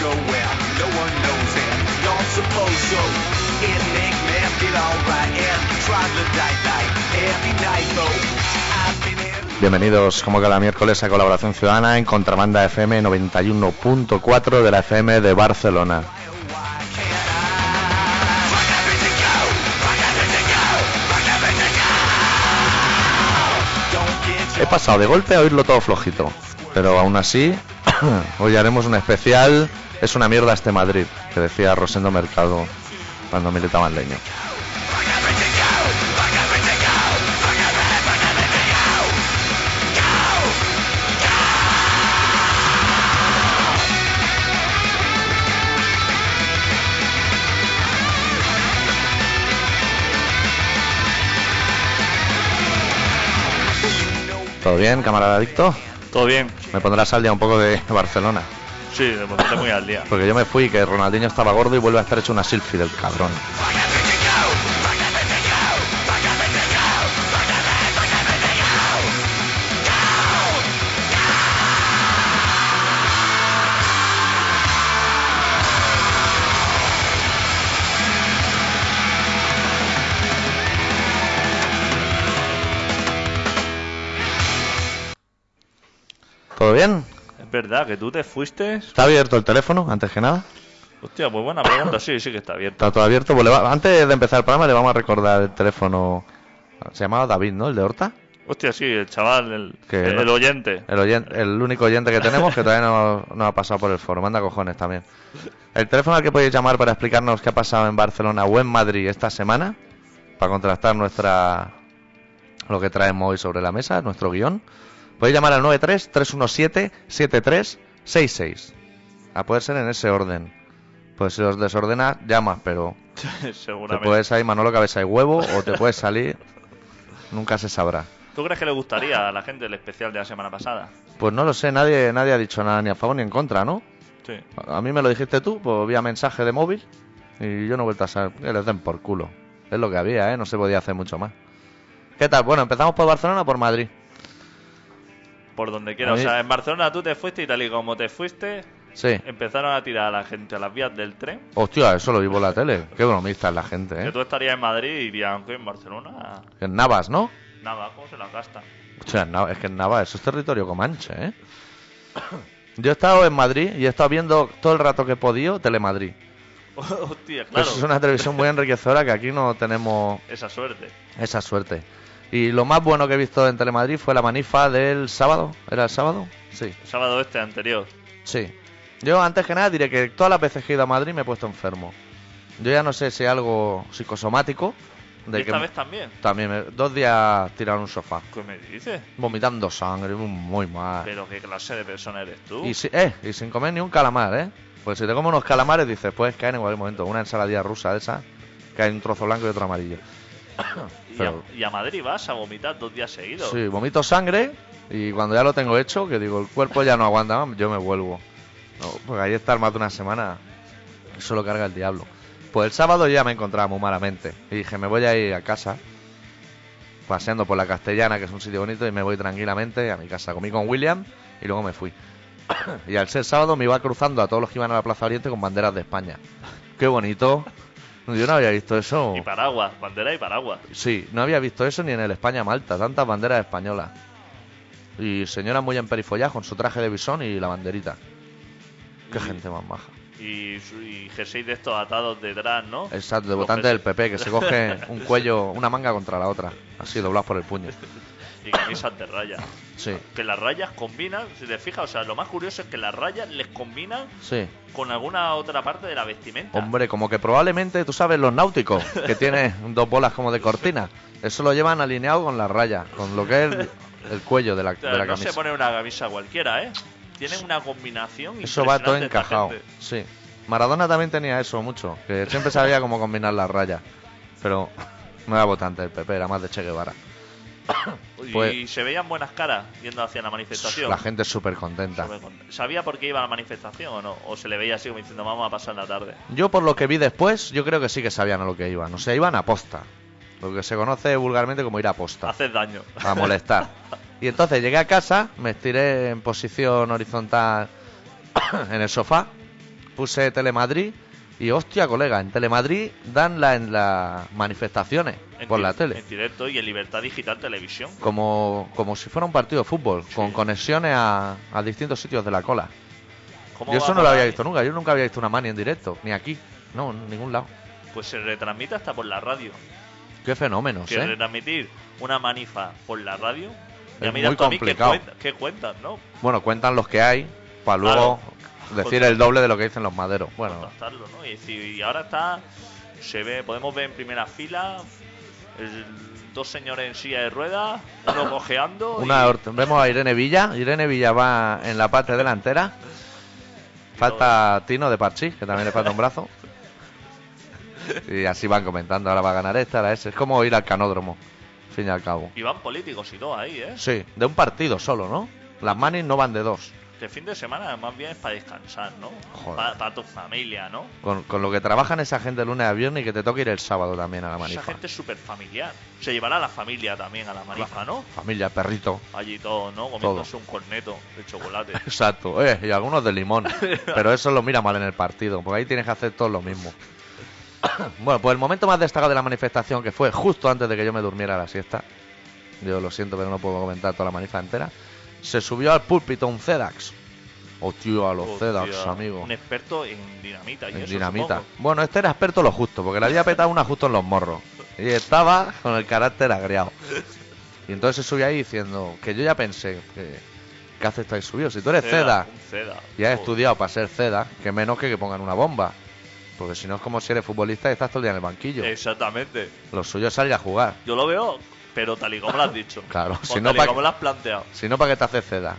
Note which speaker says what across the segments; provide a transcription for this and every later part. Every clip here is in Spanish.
Speaker 1: go where no one knows and not supposed so. Enigma did alright and troglodyte like every night though. I've been in.
Speaker 2: Bienvenidos como cada miércoles a Colaboración Ciudadana en Contrabanda FM 91.4 de la FM de Barcelona.
Speaker 1: Why can't I? Fuck everything go! Fuck everything go! Fuck everything go! Don't get
Speaker 2: He pasado de golpe a oírlo todo flojito, pero aún así hoy haremos un especial Es una mierda este Madrid, que decía Rosendo Mercado cuando militaba en leño.
Speaker 1: Fuck everything go! Fuck everything go! Fuck everything, fuck everything go! Go!
Speaker 2: ¿Todo bien, camarada adicto?
Speaker 3: Todo bien.
Speaker 2: Me pondrás al día un poco de Barcelona,
Speaker 3: Sí, me pondré muy al día.
Speaker 2: porque yo me fui que Ronaldinho estaba gordo y vuelve a estar hecho una selfie del cabrón.
Speaker 1: Fuck everything go! Fuck everything go! Fuck everything go! Fuck everything, fuck everything go!
Speaker 2: ¿Todo bien?
Speaker 3: Es verdad que tú te fuiste.
Speaker 2: ¿Está abierto el teléfono, antes que nada?
Speaker 3: Hostia, pues buena pregunta. Sí, sí que está abierta.
Speaker 2: Está todo abierto. Pues le va- Antes de empezar el programa le vamos a recordar el teléfono. Se llamaba David, ¿no? El de Horta.
Speaker 3: Hostia, sí, el chaval, el,
Speaker 2: Que
Speaker 3: el-
Speaker 2: no-
Speaker 3: el oyente.
Speaker 2: El, oyen- el único oyente que tenemos que todavía no, no ha pasado por el foro. Manda cojones también. El teléfono al que podéis llamar para explicarnos qué ha pasado en Barcelona o en Madrid esta semana. Para contrastar nuestra lo que traemos hoy sobre la mesa, nuestro guión. Podéis llamar al 93-317-7366. A poder Ah, ser en ese orden. Pues si os desordena, llamas, pero Te
Speaker 3: Seguramente.
Speaker 2: puedes salir Manolo Cabeza y Huevo o te puedes salir. Nunca se sabrá.
Speaker 3: ¿Tú crees que le gustaría a la gente el especial de la semana pasada?
Speaker 2: Pues no lo sé, nadie, nadie ha dicho nada ni a favor ni en contra, ¿no?
Speaker 3: Sí.
Speaker 2: A mí me lo dijiste tú, pues vía mensaje de móvil y yo no he vuelto a saber. Que les den por culo. Es lo que había, ¿eh? No se podía hacer mucho más. ¿Qué tal? Bueno, empezamos por Barcelona o por Madrid.
Speaker 3: Por donde quiera.
Speaker 2: A
Speaker 3: O
Speaker 2: mí-
Speaker 3: sea, en Barcelona tú te fuiste y tal y como te fuiste,
Speaker 2: Sí.
Speaker 3: empezaron a tirar a la gente a las vías del tren.
Speaker 2: Hostia, eso lo vivo en la tele. Qué bromista es la gente,
Speaker 3: Que
Speaker 2: ¿eh?
Speaker 3: tú estarías en Madrid y dirían que en Barcelona.
Speaker 2: En Navas, ¿no?
Speaker 3: Nada, ¿cómo se la gasta?
Speaker 2: Hostia, en Nava- es que en Nava, eso es territorio comanche, ¿eh? Yo he estado en Madrid y he estado viendo todo el rato que he podido Telemadrid.
Speaker 3: Hostia, claro.
Speaker 2: Pues es una televisión muy enriquecedora que aquí no tenemos
Speaker 3: Esa suerte.
Speaker 2: esa suerte. Y lo más bueno que he visto en Telemadrid fue la manifa del sábado. ¿Era el sábado? Sí.
Speaker 3: El sábado este anterior.
Speaker 2: Sí. Yo antes que nada diré que todas las veces que he ido a Madrid me he puesto enfermo. Yo ya no sé si algo psicosomático.
Speaker 3: ¿Y
Speaker 2: De que
Speaker 3: esta vez también?
Speaker 2: También me- dos días tirado en un sofá.
Speaker 3: ¿Qué me dices?
Speaker 2: Vomitando sangre, muy mal.
Speaker 3: Pero qué clase de persona eres tú.
Speaker 2: Ah. Y, si- eh, y sin comer ni un calamar, ¿eh? Pues si te comes unos calamares, dices, puedes caer en cualquier momento. Una ensaladilla rusa de esa, que hay un trozo blanco y otro amarillo.
Speaker 3: Y
Speaker 2: pero-
Speaker 3: a, y a Madrid vas a vomitar dos días seguidos.
Speaker 2: Sí, vomito sangre y cuando ya lo tengo hecho, que digo, el cuerpo ya no aguanta más, yo me vuelvo. No, porque ahí estar más de una semana, eso lo carga el diablo. Pues el sábado ya me encontraba muy malamente y dije, me voy a ir a casa, paseando por la Castellana, que es un sitio bonito, y me voy tranquilamente a mi casa. Comí con William y luego me fui. y al ser sábado me iba cruzando a todos los que iban a la Plaza Oriente con banderas de España. Qué bonito. Yo no había visto eso.
Speaker 3: Y paraguas, bandera y paraguas.
Speaker 2: Sí, no había visto eso ni en el España-Malta, tantas banderas españolas. Y señora muy emperifollada con su traje de bisón y la banderita. Qué
Speaker 3: Y-
Speaker 2: gente más maja.
Speaker 3: Y, su- y jersey de estos atados detrás, ¿no?
Speaker 2: Exacto, de
Speaker 3: Oh. Los
Speaker 2: votante del
Speaker 3: jerseys.
Speaker 2: PP, que se coge un cuello, una manga contra la otra, así doblados por el puño.
Speaker 3: Y camisas de rayas.
Speaker 2: Sí,
Speaker 3: Que las rayas combinan, si te fijas, o sea, lo más curioso es que las rayas les combinan
Speaker 2: sí.
Speaker 3: con alguna otra parte de la vestimenta.
Speaker 2: Hombre, como que probablemente, tú sabes, los náuticos, que tienen dos bolas como de cortina, eso lo llevan alineado con la raya, con lo que es el, el cuello de la,
Speaker 3: O
Speaker 2: de
Speaker 3: sea,
Speaker 2: la
Speaker 3: no
Speaker 2: camisa.
Speaker 3: se pone una camisa cualquiera, ¿eh? Tienen una combinación
Speaker 2: Eso va todo
Speaker 3: impresionante esta
Speaker 2: encajado.
Speaker 3: gente.
Speaker 2: Sí. Maradona también tenía eso mucho, que siempre sabía cómo combinar las rayas. Pero no era votante del PP, era más de Che Guevara.
Speaker 3: Y
Speaker 2: Pues-
Speaker 3: se veían buenas caras yendo hacia la manifestación.
Speaker 2: La gente es súper contenta.
Speaker 3: ¿Sabía por qué iba a la manifestación o no? ¿O se le veía así como diciendo, vamos a pasar la tarde?
Speaker 2: Yo por lo que vi después, yo creo que sí que sabían a lo que iban. O sea, iban a posta. Lo que se conoce vulgarmente como ir a posta.
Speaker 3: Haces daño.
Speaker 2: a molestar. Y entonces llegué a casa, me estiré en posición horizontal en el sofá, puse Telemadrid y hostia, colega, en Telemadrid dan la, en las manifestaciones
Speaker 3: En
Speaker 2: por
Speaker 3: di-
Speaker 2: la tele.
Speaker 3: En directo y en Libertad Digital Televisión.
Speaker 2: Como, como si fuera un partido de fútbol, con conexiones a, a distintos sitios de la cola.
Speaker 3: ¿Cómo
Speaker 2: Yo
Speaker 3: va
Speaker 2: eso
Speaker 3: a
Speaker 2: no lo había
Speaker 3: parar?
Speaker 2: visto nunca, yo nunca había visto una mani en directo, ni aquí, no, en ningún lado.
Speaker 3: Pues se retransmite hasta por la radio.
Speaker 2: Qué fenómenos,
Speaker 3: que
Speaker 2: ¿eh?
Speaker 3: retransmitir una manifa por la radio.
Speaker 2: Es
Speaker 3: Ya mira
Speaker 2: muy
Speaker 3: tú a mí qué,
Speaker 2: complicado.
Speaker 3: cuenta- qué cuentas, ¿no?
Speaker 2: Bueno, cuentan los que hay, para luego
Speaker 3: Claro.
Speaker 2: decir el doble de lo que dicen los maderos. Bueno,
Speaker 3: Contrastarlo, ¿no? Y, decir, y ahora está, se ve, podemos ver en primera fila el- dos señores en silla de ruedas, uno cojeando.
Speaker 2: una
Speaker 3: y-
Speaker 2: hor- vemos a Irene Villa, Irene Villa va en la parte delantera. Falta Tino de Parchís, que también le falta un brazo. Y así van comentando, ahora va a ganar esta, ahora ese. Es como ir al canódromo, al fin y al cabo.
Speaker 3: y van políticos y todo ahí, ¿eh?
Speaker 2: Sí, de un partido solo, ¿no? Las manis no van de dos.
Speaker 3: Este fin de semana más bien es para descansar, ¿no?
Speaker 2: Joder.
Speaker 3: Para tu familia, ¿no?
Speaker 2: Con, con lo que trabajan esa gente de lunes a viernes y que te toca ir el sábado también a la
Speaker 3: Esa
Speaker 2: manifa.
Speaker 3: gente es súper familiar. Se llevará a la familia también a la manifa, ¿no?
Speaker 2: Familia, perrito.
Speaker 3: Allí todo, ¿no? Comiéndose un corneto de chocolate.
Speaker 2: Exacto, eh, y algunos de limón. Pero eso lo mira mal en el partido, porque ahí tienes que hacer todo lo mismo. Bueno, pues el momento más destacado de la manifestación, que fue justo antes de que yo me durmiera la siesta, yo lo siento, pero no puedo comentar toda la manifa entera, se subió al púlpito un CEDAX. Hostia, a los
Speaker 3: Hostia,
Speaker 2: CEDAX, amigo.
Speaker 3: Un experto en dinamita. Y
Speaker 2: En
Speaker 3: eso,
Speaker 2: dinamita.
Speaker 3: supongo.
Speaker 2: Bueno, este era experto lo justo, porque le había petado una justo en los morros. Y estaba con el carácter agriado. Y entonces se subió ahí diciendo que yo ya pensé que, ¿qué haces tú ahí subido? Si tú eres CEDAX
Speaker 3: un Oh. Ceda.
Speaker 2: y has
Speaker 3: Joder.
Speaker 2: estudiado para ser CEDA, que menos que que pongan una bomba. Porque si no es como si eres futbolista y estás todo el día en el banquillo.
Speaker 3: Eh. Exactamente.
Speaker 2: Lo suyo es salir a jugar.
Speaker 3: Yo lo veo, pero tal y como lo has dicho.
Speaker 2: Claro,
Speaker 3: Pues
Speaker 2: si no
Speaker 3: tal y
Speaker 2: pa-
Speaker 3: como lo has planteado.
Speaker 2: Si no, ¿para qué te haces CEDA?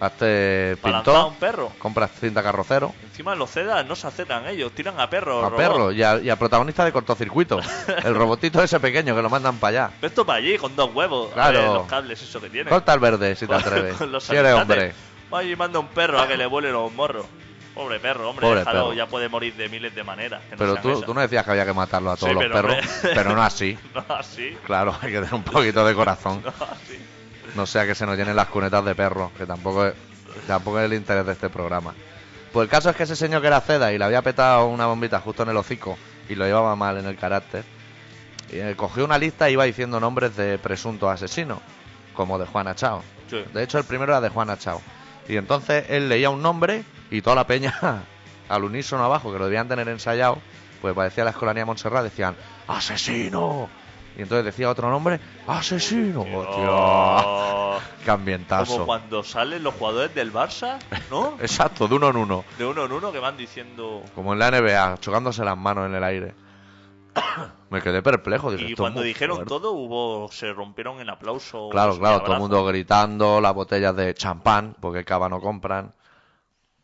Speaker 2: Hazte
Speaker 3: Para lanzar a
Speaker 2: pintor,
Speaker 3: un perro.
Speaker 2: compras cinta carrocero,
Speaker 3: Encima los cedas no se acercan ellos, tiran a perros.
Speaker 2: a
Speaker 3: robot.
Speaker 2: perro y al y al protagonista de cortocircuito. el robotito ese pequeño que lo mandan para allá.
Speaker 3: Ve Esto para allí con dos huevos.
Speaker 2: Claro.
Speaker 3: A ver, los cables, eso que tienen.
Speaker 2: Corta el verde si te
Speaker 3: Con-
Speaker 2: atreves.
Speaker 3: con los
Speaker 2: si eres
Speaker 3: alicates.
Speaker 2: hombre.
Speaker 3: Vaya y manda un perro a que le vuele los morros. Pobre perro, hombre,
Speaker 2: Pobre
Speaker 3: déjalo,
Speaker 2: perro.
Speaker 3: ya puede morir de miles de maneras. que no
Speaker 2: Pero
Speaker 3: sean
Speaker 2: tú,
Speaker 3: esas.
Speaker 2: tú no decías que había que matarlo a todos
Speaker 3: Sí,
Speaker 2: los
Speaker 3: pero
Speaker 2: perros,
Speaker 3: hombre.
Speaker 2: pero no así.
Speaker 3: No, así.
Speaker 2: Claro, hay que tener un poquito de corazón.
Speaker 3: No, así.
Speaker 2: No sea que se nos llenen las cunetas de perros, que tampoco es, tampoco es el interés de este programa. Pues el caso es que ese señor que era ceda y le había petado una bombita justo en el hocico y lo llevaba mal en el carácter, y, eh, cogió una lista e iba diciendo nombres de presuntos asesinos, como de Juana Chao.
Speaker 3: Sí.
Speaker 2: De hecho, el primero era de Juana Chao. Y entonces él leía un nombre y toda la peña al unísono abajo, que lo debían tener ensayado, pues parecía la escolanía de Montserrat, decían ¡Asesino! Y entonces decía otro nombre, ¡Asesino! Hostia.
Speaker 3: Oh.
Speaker 2: ¡Qué ambientazo!
Speaker 3: Como cuando salen los jugadores del Barça, ¿no?
Speaker 2: Exacto, de uno en uno.
Speaker 3: De uno en uno que van diciendo.
Speaker 2: Como en la NBA, chocándose las manos en el aire. Me quedé perplejo. digo, esto
Speaker 3: Y
Speaker 2: es
Speaker 3: cuando
Speaker 2: muy
Speaker 3: dijeron
Speaker 2: fuerte.
Speaker 3: todo, hubo se rompieron en aplauso.
Speaker 2: Claro,
Speaker 3: en
Speaker 2: claro, todo el
Speaker 3: abrazo.
Speaker 2: mundo gritando, las botellas de champán, porque cava no compran.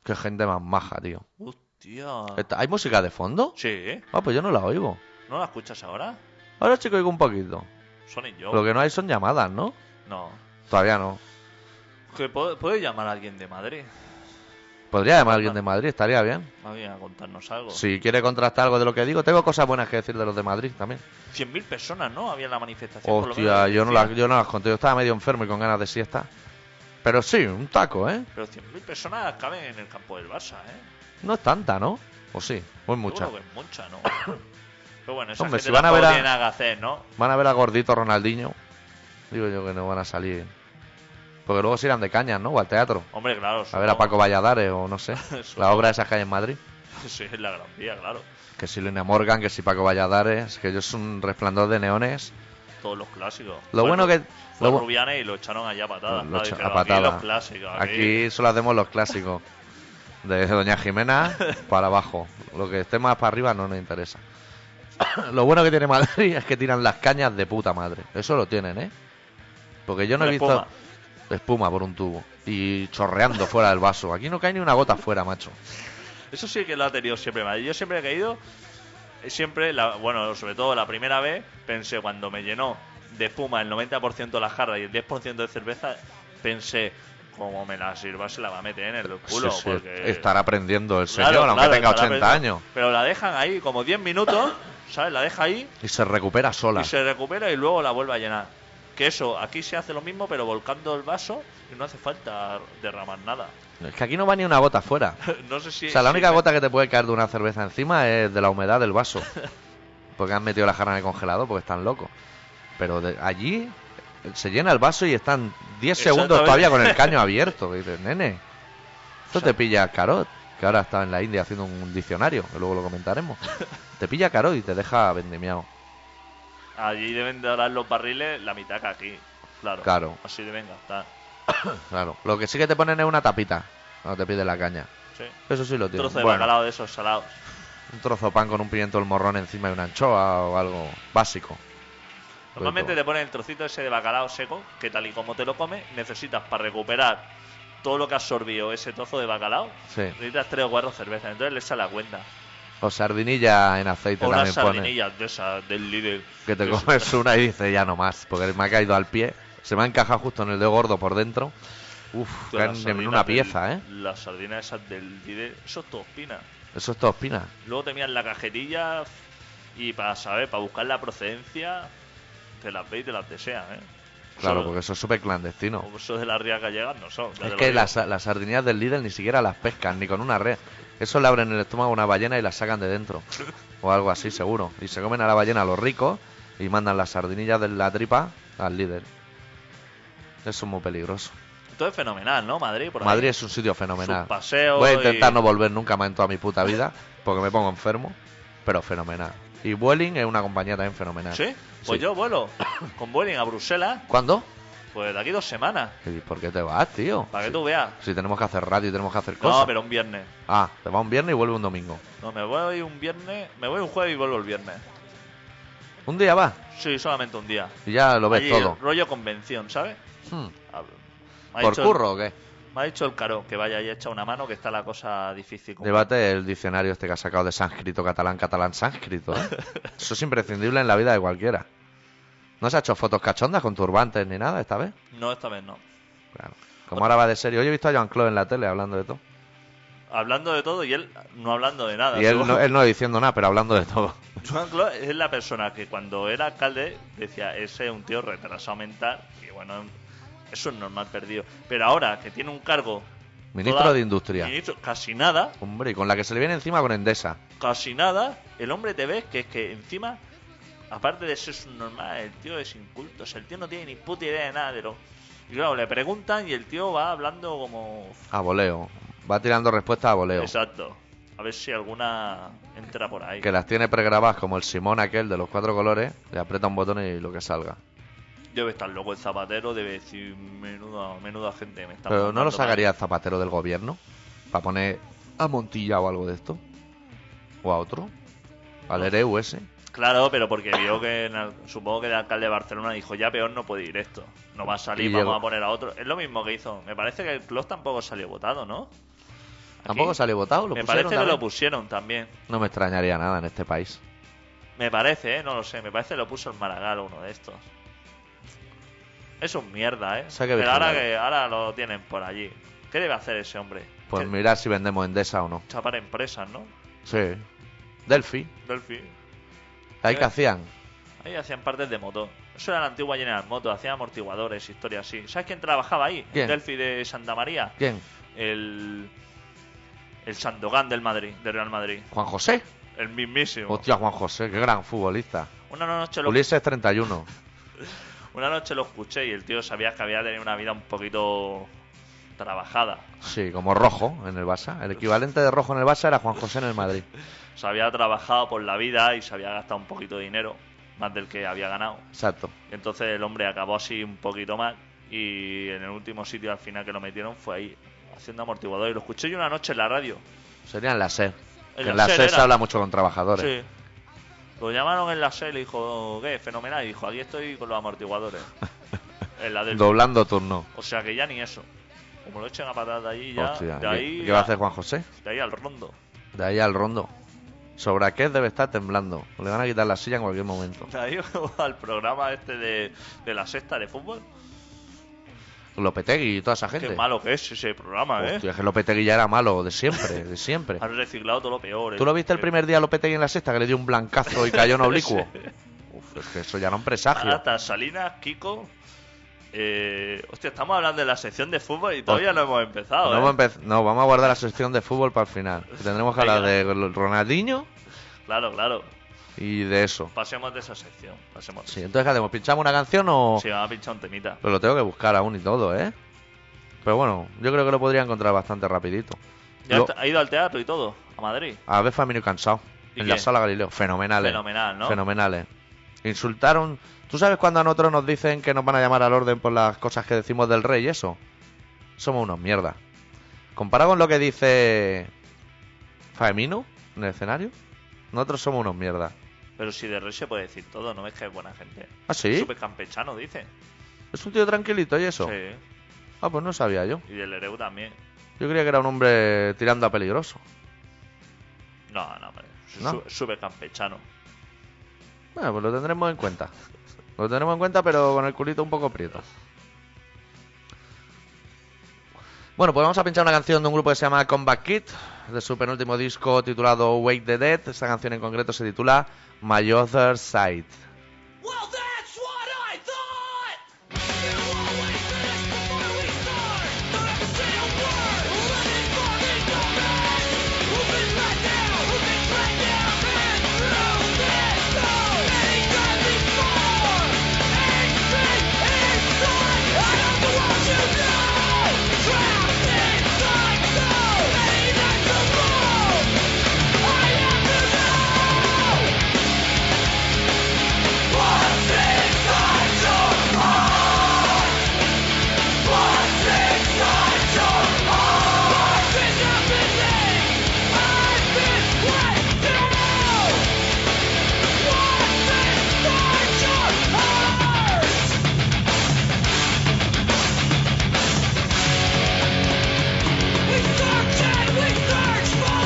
Speaker 2: Qué gente más maja, tío.
Speaker 3: Hostia.
Speaker 2: Esta- ¿Hay música de fondo?
Speaker 3: Sí, ¿eh?
Speaker 2: Ah, pues yo no la oigo.
Speaker 3: ¿no la escuchas ahora?
Speaker 2: Ahora sí que oigo un poquito.
Speaker 3: Sonic yo.
Speaker 2: Lo que no hay son llamadas, ¿no?
Speaker 3: No.
Speaker 2: Todavía no.
Speaker 3: Que puedo, puedo llamar a alguien de Madrid.
Speaker 2: Podría llamar a alguien de Madrid, estaría bien.
Speaker 3: Va bien a contarnos algo.
Speaker 2: Si quiere contrastar algo de lo que digo, tengo cosas buenas que decir de los de Madrid también.
Speaker 3: 100.000 personas, ¿no? Había en la manifestación. por lo
Speaker 2: Hostia,
Speaker 3: menos,
Speaker 2: yo no, las,
Speaker 3: decía.
Speaker 2: yo no las conté. Yo estaba medio enfermo y con ganas de siesta. Pero sí, un taco, ¿eh?
Speaker 3: Pero 100.000 personas caben en el campo del Barça, ¿eh?
Speaker 2: No es tanta, ¿no? O sí, muy mucha.
Speaker 3: Yo creo que es mucha, ¿no? Pero bueno, esa
Speaker 2: Hombre,
Speaker 3: gente
Speaker 2: si van a
Speaker 3: tampoco
Speaker 2: ver a-
Speaker 3: tiene nada que hacer, ¿no?
Speaker 2: Van a ver a Gordito Ronaldinho. Digo yo que no van a salir. Porque luego se irán de cañas, ¿no? O al teatro.
Speaker 3: Hombre, claro.
Speaker 2: A ver a
Speaker 3: supongo-
Speaker 2: Paco Valladares o no sé. La obra esa que hay en Madrid.
Speaker 3: Sí, es la Gran Vía, claro.
Speaker 2: Que si Lina Morgan, que si Paco Valladares, que yo es un resplandor de neones.
Speaker 3: Todos los clásicos.
Speaker 2: Lo
Speaker 3: Fue
Speaker 2: bueno
Speaker 3: Ru-
Speaker 2: que-
Speaker 3: Fue
Speaker 2: lo bu-
Speaker 3: Rubianes y lo echaron allá a patadas.
Speaker 2: Lo
Speaker 3: claro,
Speaker 2: echan
Speaker 3: dijeron,
Speaker 2: a
Speaker 3: aquí
Speaker 2: patada.
Speaker 3: los clásicos. Aquí,
Speaker 2: Aquí solo hacemos los clásicos. De Doña Jimena para abajo. Lo que esté más para arriba no nos interesa. Lo bueno que tiene Madrid es que tiran las cañas de puta madre. Eso lo tienen, ¿eh? Porque yo no he
Speaker 3: La
Speaker 2: visto
Speaker 3: espuma.
Speaker 2: espuma por un tubo y chorreando fuera del vaso. Aquí no cae ni una gota fuera, macho.
Speaker 3: Eso sí que lo ha tenido siempre mal. Yo siempre he caído, eh, siempre, la, bueno, sobre todo la primera vez, pensé cuando me llenó de espuma el 90% de la jarra y el 10% de cerveza, pensé, como me la sirva se la va a meter en el culo.
Speaker 2: Sí, sí,
Speaker 3: porque...
Speaker 2: Estará aprendiendo el
Speaker 3: Claro,
Speaker 2: señor, aunque
Speaker 3: claro,
Speaker 2: tenga
Speaker 3: estará
Speaker 2: 80
Speaker 3: aprendiendo.
Speaker 2: años.
Speaker 3: Pero la dejan ahí como 10 minutos, ¿sabes? La deja ahí
Speaker 2: Y se recupera sola.
Speaker 3: y se recupera y luego la vuelve a llenar. Que eso, aquí se hace lo mismo, pero volcando el vaso y no hace falta derramar nada.
Speaker 2: Es que aquí no va ni una gota fuera.
Speaker 3: no sé si.
Speaker 2: O sea, la
Speaker 3: si
Speaker 2: única
Speaker 3: me-
Speaker 2: gota que te puede caer de una cerveza encima es de la humedad del vaso. Porque han metido la jarra en el congelador porque están locos. Pero de- allí eh, se llena el vaso y están 10 segundos
Speaker 3: Exactamente.
Speaker 2: todavía con el caño abierto. Y dices, nene, esto te
Speaker 3: Exacto.
Speaker 2: pilla Carot, que ahora está en la India haciendo un diccionario, que luego lo comentaremos. Te pilla Carot y te deja vendimiado.
Speaker 3: Allí deben de dar los barriles la mitad que aquí. Claro.
Speaker 2: Claro.
Speaker 3: Así deben gastar.
Speaker 2: Claro. Lo que sí que te ponen es una tapita cuando te piden la caña.
Speaker 3: Sí.
Speaker 2: Eso sí lo
Speaker 3: Un
Speaker 2: tienen.
Speaker 3: trozo de
Speaker 2: Bueno,
Speaker 3: bacalao de esos salados.
Speaker 2: un trozo de pan con un pimiento del morrón encima y una anchoa o algo básico.
Speaker 3: Normalmente
Speaker 2: todo.
Speaker 3: te ponen el trocito ese de bacalao seco, que tal y como te lo comes, necesitas para recuperar todo lo que has absorbido ese trozo de bacalao,
Speaker 2: Sí.
Speaker 3: necesitas tres o cuatro cervezas. Entonces le sale la cuenta.
Speaker 2: O sardinilla en aceite
Speaker 3: O unas
Speaker 2: también pone.
Speaker 3: sardinillas de esas del líder.
Speaker 2: Que te comes una y dices ya no más, porque me ha caído al pie. Se me ha encajado justo en el dedo gordo por dentro. Uf, caen en una pieza, ¿eh?
Speaker 3: Las sardinas esas del líder, eso es tospina.
Speaker 2: Eso es tospina.
Speaker 3: Luego te miran la cajetilla y para saber, para buscar la procedencia, te las ve y te las desean, ¿eh?
Speaker 2: Claro,
Speaker 3: Eso-
Speaker 2: porque eso es súper clandestino.
Speaker 3: o Eso de las rías gallegas no son. ya
Speaker 2: Es
Speaker 3: te lo
Speaker 2: que
Speaker 3: digo.
Speaker 2: las, las sardinillas del Lidl ni siquiera las pescan, ni con una red. Eso le abren el estómago a una ballena y las sacan de dentro. O algo así, seguro. Y se comen a la ballena los ricos y mandan las sardinillas de la tripa al Lidl. Eso es muy peligroso.
Speaker 3: Esto es fenomenal, ¿no? Madrid, por ahí.
Speaker 2: Madrid es un sitio fenomenal.
Speaker 3: Sus paseos
Speaker 2: Voy a intentar
Speaker 3: y-
Speaker 2: no volver nunca más en toda mi puta vida, porque me pongo enfermo, pero fenomenal. Y Vueling es una compañía también fenomenal.
Speaker 3: ¿Sí? Pues
Speaker 2: Sí.
Speaker 3: yo vuelo con Vueling a Bruselas,
Speaker 2: ¿Cuándo?
Speaker 3: pues de aquí dos semanas,
Speaker 2: ¿Y ¿Por qué te vas, tío?
Speaker 3: para que tú veas.
Speaker 2: Si tenemos que hacer radio y tenemos que hacer cosas.
Speaker 3: No, pero un viernes.
Speaker 2: Ah, te vas un viernes y vuelve un domingo.
Speaker 3: No, me voy un viernes, me voy un jueves y vuelvo el viernes.
Speaker 2: Un día vas
Speaker 3: Sí, solamente un día.
Speaker 2: y ya lo ves
Speaker 3: Allí,
Speaker 2: todo.
Speaker 3: Rollo convención, ¿sabes?
Speaker 2: Hmm.
Speaker 3: A ver, me ha
Speaker 2: ¿Por
Speaker 3: dicho-
Speaker 2: curro o qué?
Speaker 3: Me ha dicho el caro que vaya y echa una mano, que está la cosa difícil. con-
Speaker 2: Debate el diccionario este que ha sacado de sánscrito, catalán, catalán, sánscrito. ¿eh? Eso es imprescindible en la vida de cualquiera. ¿No se ha hecho fotos cachondas con turbantes ni nada esta vez?
Speaker 3: No, esta vez no.
Speaker 2: Claro. Como ahora va de serio. Hoy he visto a Joan Claude en la tele hablando de todo.
Speaker 3: Hablando de todo y él no hablando de nada.
Speaker 2: Y él
Speaker 3: Tú-
Speaker 2: no, él no diciendo nada, pero hablando de todo.
Speaker 3: Joan Clos es la persona que cuando era alcalde decía, ese es un tío retrasado mental, y bueno, eso es normal perdido. Pero ahora que tiene un cargo...
Speaker 2: Ministro de Industria.
Speaker 3: ministro- casi nada,
Speaker 2: Hombre, y con la que se le viene encima con Endesa.
Speaker 3: casi nada, el hombre te ves que es que encima, aparte de ser subnormal, el tío es inculto, o sea, el tío no tiene ni puta idea de nada de lo... Y claro, le preguntan y el tío va hablando como...
Speaker 2: A voleo. Va tirando respuestas a voleo.
Speaker 3: Exacto. A ver si alguna entra por ahí.
Speaker 2: Que las tiene pregrabadas como el Simón aquel de los cuatro colores. Le aprieta un botón y lo que salga.
Speaker 3: Debe estar loco el zapatero, debe decir, menuda, menuda gente me está
Speaker 2: Pero ¿no
Speaker 3: mandando
Speaker 2: lo
Speaker 3: para
Speaker 2: sacaría el zapatero del gobierno? Para poner a Montilla o algo de esto. O a otro. Al Ereu ese.
Speaker 3: Claro, pero porque vio que en el- supongo que el alcalde de Barcelona dijo ya peor no puede ir esto, no va a salir,
Speaker 2: Y
Speaker 3: vamos
Speaker 2: llegó.
Speaker 3: a poner a otro. Es lo mismo que hizo. Me parece que el Klopp tampoco salió votado, ¿no?
Speaker 2: Tampoco
Speaker 3: Aquí.
Speaker 2: salió votado. ¿Lo
Speaker 3: Me
Speaker 2: pusieron
Speaker 3: parece que
Speaker 2: también?
Speaker 3: lo pusieron también.
Speaker 2: No me extrañaría nada en este país.
Speaker 3: Me parece, ¿eh? no lo sé. Me parece que lo puso el Maragall uno de estos. Es un mierda, ¿eh?
Speaker 2: O sea, que
Speaker 3: pero ahora
Speaker 2: vigilar.
Speaker 3: que ahora lo tienen por allí. ¿Qué debe hacer ese hombre?
Speaker 2: Pues
Speaker 3: Que-
Speaker 2: mirar si vendemos Endesa o no.
Speaker 3: Chapar empresas, ¿no?
Speaker 2: Sí. Delphi.
Speaker 3: Delphi.
Speaker 2: ¿Ahí
Speaker 3: Eh.
Speaker 2: que hacían?
Speaker 3: Ahí hacían partes de moto. Eso era la antigua General Moto, hacían amortiguadores, historias así. ¿Sabes quién trabajaba ahí? En
Speaker 2: ¿Quién?
Speaker 3: Delphi de Santa María.
Speaker 2: ¿Quién?
Speaker 3: el, el Sandogan del Madrid, del Real Madrid,
Speaker 2: Juan José.
Speaker 3: el mismísimo.
Speaker 2: Hostia, Juan José, qué gran futbolista.
Speaker 3: Una noche, lo,
Speaker 2: Ulises 31.
Speaker 3: una noche lo escuché y el tío sabía que había tenido una vida un poquito trabajada.
Speaker 2: Sí, como rojo en el Barça. El equivalente de rojo en el Barça era Juan José en el Madrid.
Speaker 3: Se había trabajado por la vida y se había gastado un poquito de dinero, más del que había ganado.
Speaker 2: Exacto.
Speaker 3: Y entonces el hombre acabó así un poquito mal y en el último sitio al final que lo metieron fue ahí, haciendo amortiguador. Y lo escuché yo una noche en la radio.
Speaker 2: Sería en la SER.
Speaker 3: En
Speaker 2: Que En
Speaker 3: la
Speaker 2: la
Speaker 3: SER
Speaker 2: SER se
Speaker 3: era.
Speaker 2: habla mucho con trabajadores.
Speaker 3: Sí. Lo llamaron en la SEL y dijo, ¿qué? Fenomenal. Y dijo, aquí estoy con los amortiguadores. en la del...
Speaker 2: Doblando turno.
Speaker 3: O sea que ya ni eso. Como lo echen a patada de ahí, ya.
Speaker 2: Hostia,
Speaker 3: de,
Speaker 2: ¿qué-
Speaker 3: ahí
Speaker 2: ¿qué, va a hacer Juan José?
Speaker 3: de ahí al rondo.
Speaker 2: De ahí al rondo. Sobre qué debe estar temblando. Le van a quitar la silla en cualquier momento.
Speaker 3: De ahí al programa este de, de la sexta de fútbol.
Speaker 2: Lopetegui y toda esa gente.
Speaker 3: Qué malo que es ese programa,
Speaker 2: Hostia,
Speaker 3: ¿eh?
Speaker 2: es que Lopetegui ya era malo de siempre, de siempre.
Speaker 3: Han reciclado todo lo peor. ¿eh?
Speaker 2: ¿Tú lo viste el
Speaker 3: Eh,
Speaker 2: primer día a Lopetegui en la sexta que le dio un blancazo y cayó en oblicuo?
Speaker 3: Sí.
Speaker 2: Uf, es que eso ya no es un presagio.
Speaker 3: Hasta Salinas, Kiko, Eh, hostia, estamos hablando de la sección de fútbol y todavía no hemos empezado.
Speaker 2: No,
Speaker 3: ¿eh?
Speaker 2: hemos empez- no, vamos a guardar la sección de fútbol para el final. que Tendremos que hablar
Speaker 3: Venga.
Speaker 2: de Ronaldinho
Speaker 3: Claro, claro.
Speaker 2: y de eso.
Speaker 3: Pasemos de esa sección. Pasemos. de
Speaker 2: Sí,
Speaker 3: esa.
Speaker 2: entonces, ¿qué hacemos? ¿Pinchamos una canción o...?
Speaker 3: Sí, me ha pinchado un temita.
Speaker 2: Pero lo tengo que buscar aún y todo, ¿eh? Pero bueno, yo creo que lo podría encontrar bastante rapidito.
Speaker 3: Ya
Speaker 2: Lo-
Speaker 3: está- ha ido al teatro y todo, a Madrid.
Speaker 2: A ver, Famino cansado.
Speaker 3: ¿Y
Speaker 2: En
Speaker 3: qué?
Speaker 2: la sala Galileo. Fenomenales.
Speaker 3: Fenomenal, ¿no?
Speaker 2: Fenomenales. Insultaron... ¿Tú sabes cuando a nosotros nos dicen que nos van a llamar al orden por las cosas que decimos del rey y eso? Somos unos mierdas. Comparado con lo que dice Faemino en el escenario, nosotros somos unos mierdas.
Speaker 3: Pero si de Rey se puede decir todo, no ves que es buena gente.
Speaker 2: ¿Ah, sí?
Speaker 3: Súper campechano, dice.
Speaker 2: Es un tío tranquilito y eso.
Speaker 3: Sí.
Speaker 2: Ah, pues no sabía yo.
Speaker 3: Y del Ereu también.
Speaker 2: Yo creía que era un hombre tirando a peligroso.
Speaker 3: No, no, hombre. Su-
Speaker 2: ¿No?
Speaker 3: su- Súper campechano.
Speaker 2: Bueno, pues lo tendremos en cuenta. Lo tendremos en cuenta, pero con el culito un poco prieto. Bueno, pues vamos a pinchar una canción de un grupo que se llama Combat Kid, de su penúltimo disco titulado Wake the Dead. Esta canción en concreto se titula My Other Side.
Speaker 4: Well, that's what I thought! You always finish before we start! Don't have to say a word! Let it fucking go mad! Who's been let down? Who's been dragged down? Been through this so many times before! Hatred inside! I don't know what you know! Trapped inside so many nights alone! I have to know! What's inside your heart? What's inside your heart? Is everything I've been waiting to know? What's inside your heart? We search and we search for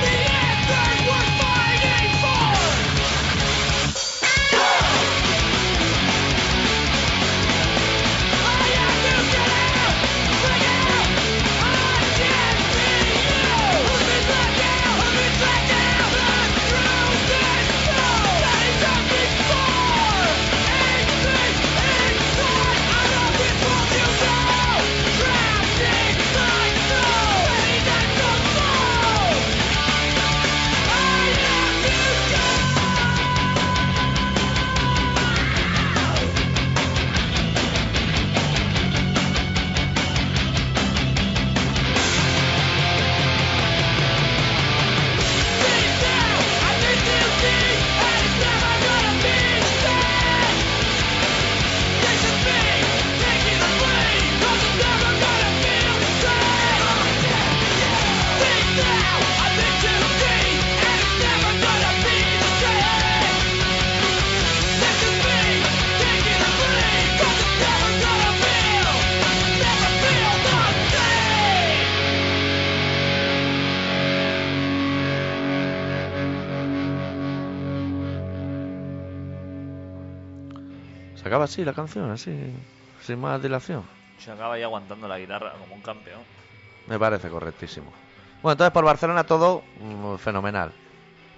Speaker 4: the answers we're fighting for. I have to go! Hey!
Speaker 2: Se acaba así la canción, así, sin más dilación.
Speaker 3: Se acaba ahí aguantando la guitarra como un campeón.
Speaker 2: Me parece correctísimo. Bueno, entonces por Barcelona todo mm, fenomenal.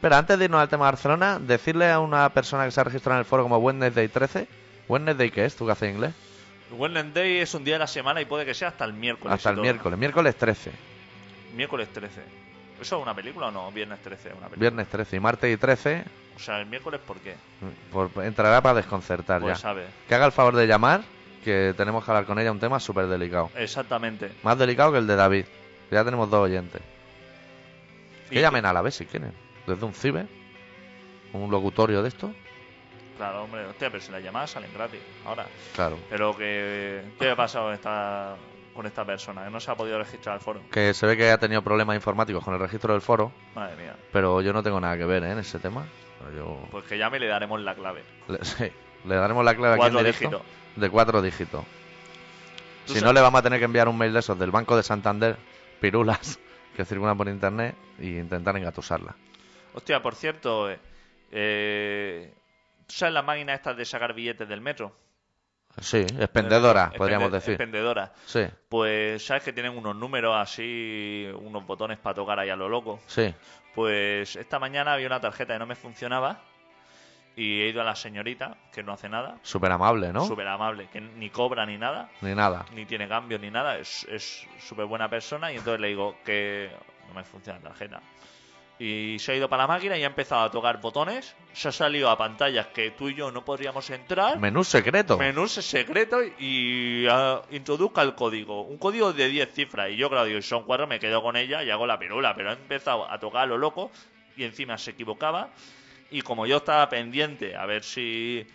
Speaker 2: Pero antes de irnos al tema de Barcelona, decirle a una persona que se ha registrado en el foro como Wednesday 13. ¿Wednesday qué es? ¿Tú que haces inglés?
Speaker 3: Wednesday es un día de la semana y puede que sea hasta el miércoles.
Speaker 2: Hasta
Speaker 3: y
Speaker 2: el
Speaker 3: todo.
Speaker 2: miércoles. Miércoles 13.
Speaker 3: Miércoles 13. ¿Eso es una película o no? Viernes 13 es una película.
Speaker 2: Viernes 13 y martes y 13.
Speaker 3: O sea, el miércoles, ¿por qué?
Speaker 2: mm, por- entrará para desconcertar
Speaker 3: Pues
Speaker 2: ya.
Speaker 3: sabe.
Speaker 2: Que haga el favor de llamar, que tenemos que hablar con ella un tema súper delicado.
Speaker 3: Exactamente.
Speaker 2: Más delicado que el de David. Ya tenemos dos oyentes.
Speaker 3: Y-
Speaker 2: Que llamen a la vez si quieren. Desde un ciber. Un locutorio de esto.
Speaker 3: Claro, hombre, hostia, pero si las llamadas salen gratis ahora.
Speaker 2: Claro.
Speaker 3: Pero que. ¿Qué ha pasado con esta, con esta persona? Que no se ha podido registrar al foro.
Speaker 2: que se ve que ha tenido problemas informáticos con el registro del foro,
Speaker 3: Madre mía.
Speaker 2: pero yo no tengo nada que ver ¿eh? en ese tema. Pero Yo
Speaker 3: Pues que llame y le daremos la clave.
Speaker 2: le, sí, le daremos la clave aquí en
Speaker 3: Cuatro
Speaker 2: directo
Speaker 3: dígitos.
Speaker 2: de cuatro dígitos.
Speaker 3: Tú
Speaker 2: Si
Speaker 3: sa-
Speaker 2: no, le vamos a tener que enviar un mail de esos del Banco de Santander, pirulas, que circulan por internet y intentar engatusarla.
Speaker 3: Hostia, por cierto, eh, eh, ¿tú sabes las máquinas estas de sacar billetes del metro?
Speaker 2: Sí, expendedora,
Speaker 3: Expende-
Speaker 2: podríamos decir.
Speaker 3: Expendedora.
Speaker 2: Sí,
Speaker 3: Pues sabes que tienen unos números así, unos botones para tocar ahí a lo loco.
Speaker 2: sí.
Speaker 3: Pues esta mañana había una tarjeta que no me funcionaba y he ido a la señorita, que no hace nada,
Speaker 2: Súper amable, ¿no?
Speaker 3: súper amable, que ni cobra ni nada,
Speaker 2: Ni nada.
Speaker 3: ni tiene cambio ni nada, es es súper buena persona y entonces le digo que no me funciona la tarjeta. Y se ha ido para la máquina y ha empezado a tocar botones, se ha salido a pantallas que tú y yo no podríamos entrar,
Speaker 2: Menú secreto.
Speaker 3: menú se- secreto y ah, introduzca el código, un código de 10 cifras y yo claro, digo, son cuatro, me quedo con ella y hago la pirula, pero ha empezado a tocar a lo loco y encima se equivocaba y como yo estaba pendiente a ver si...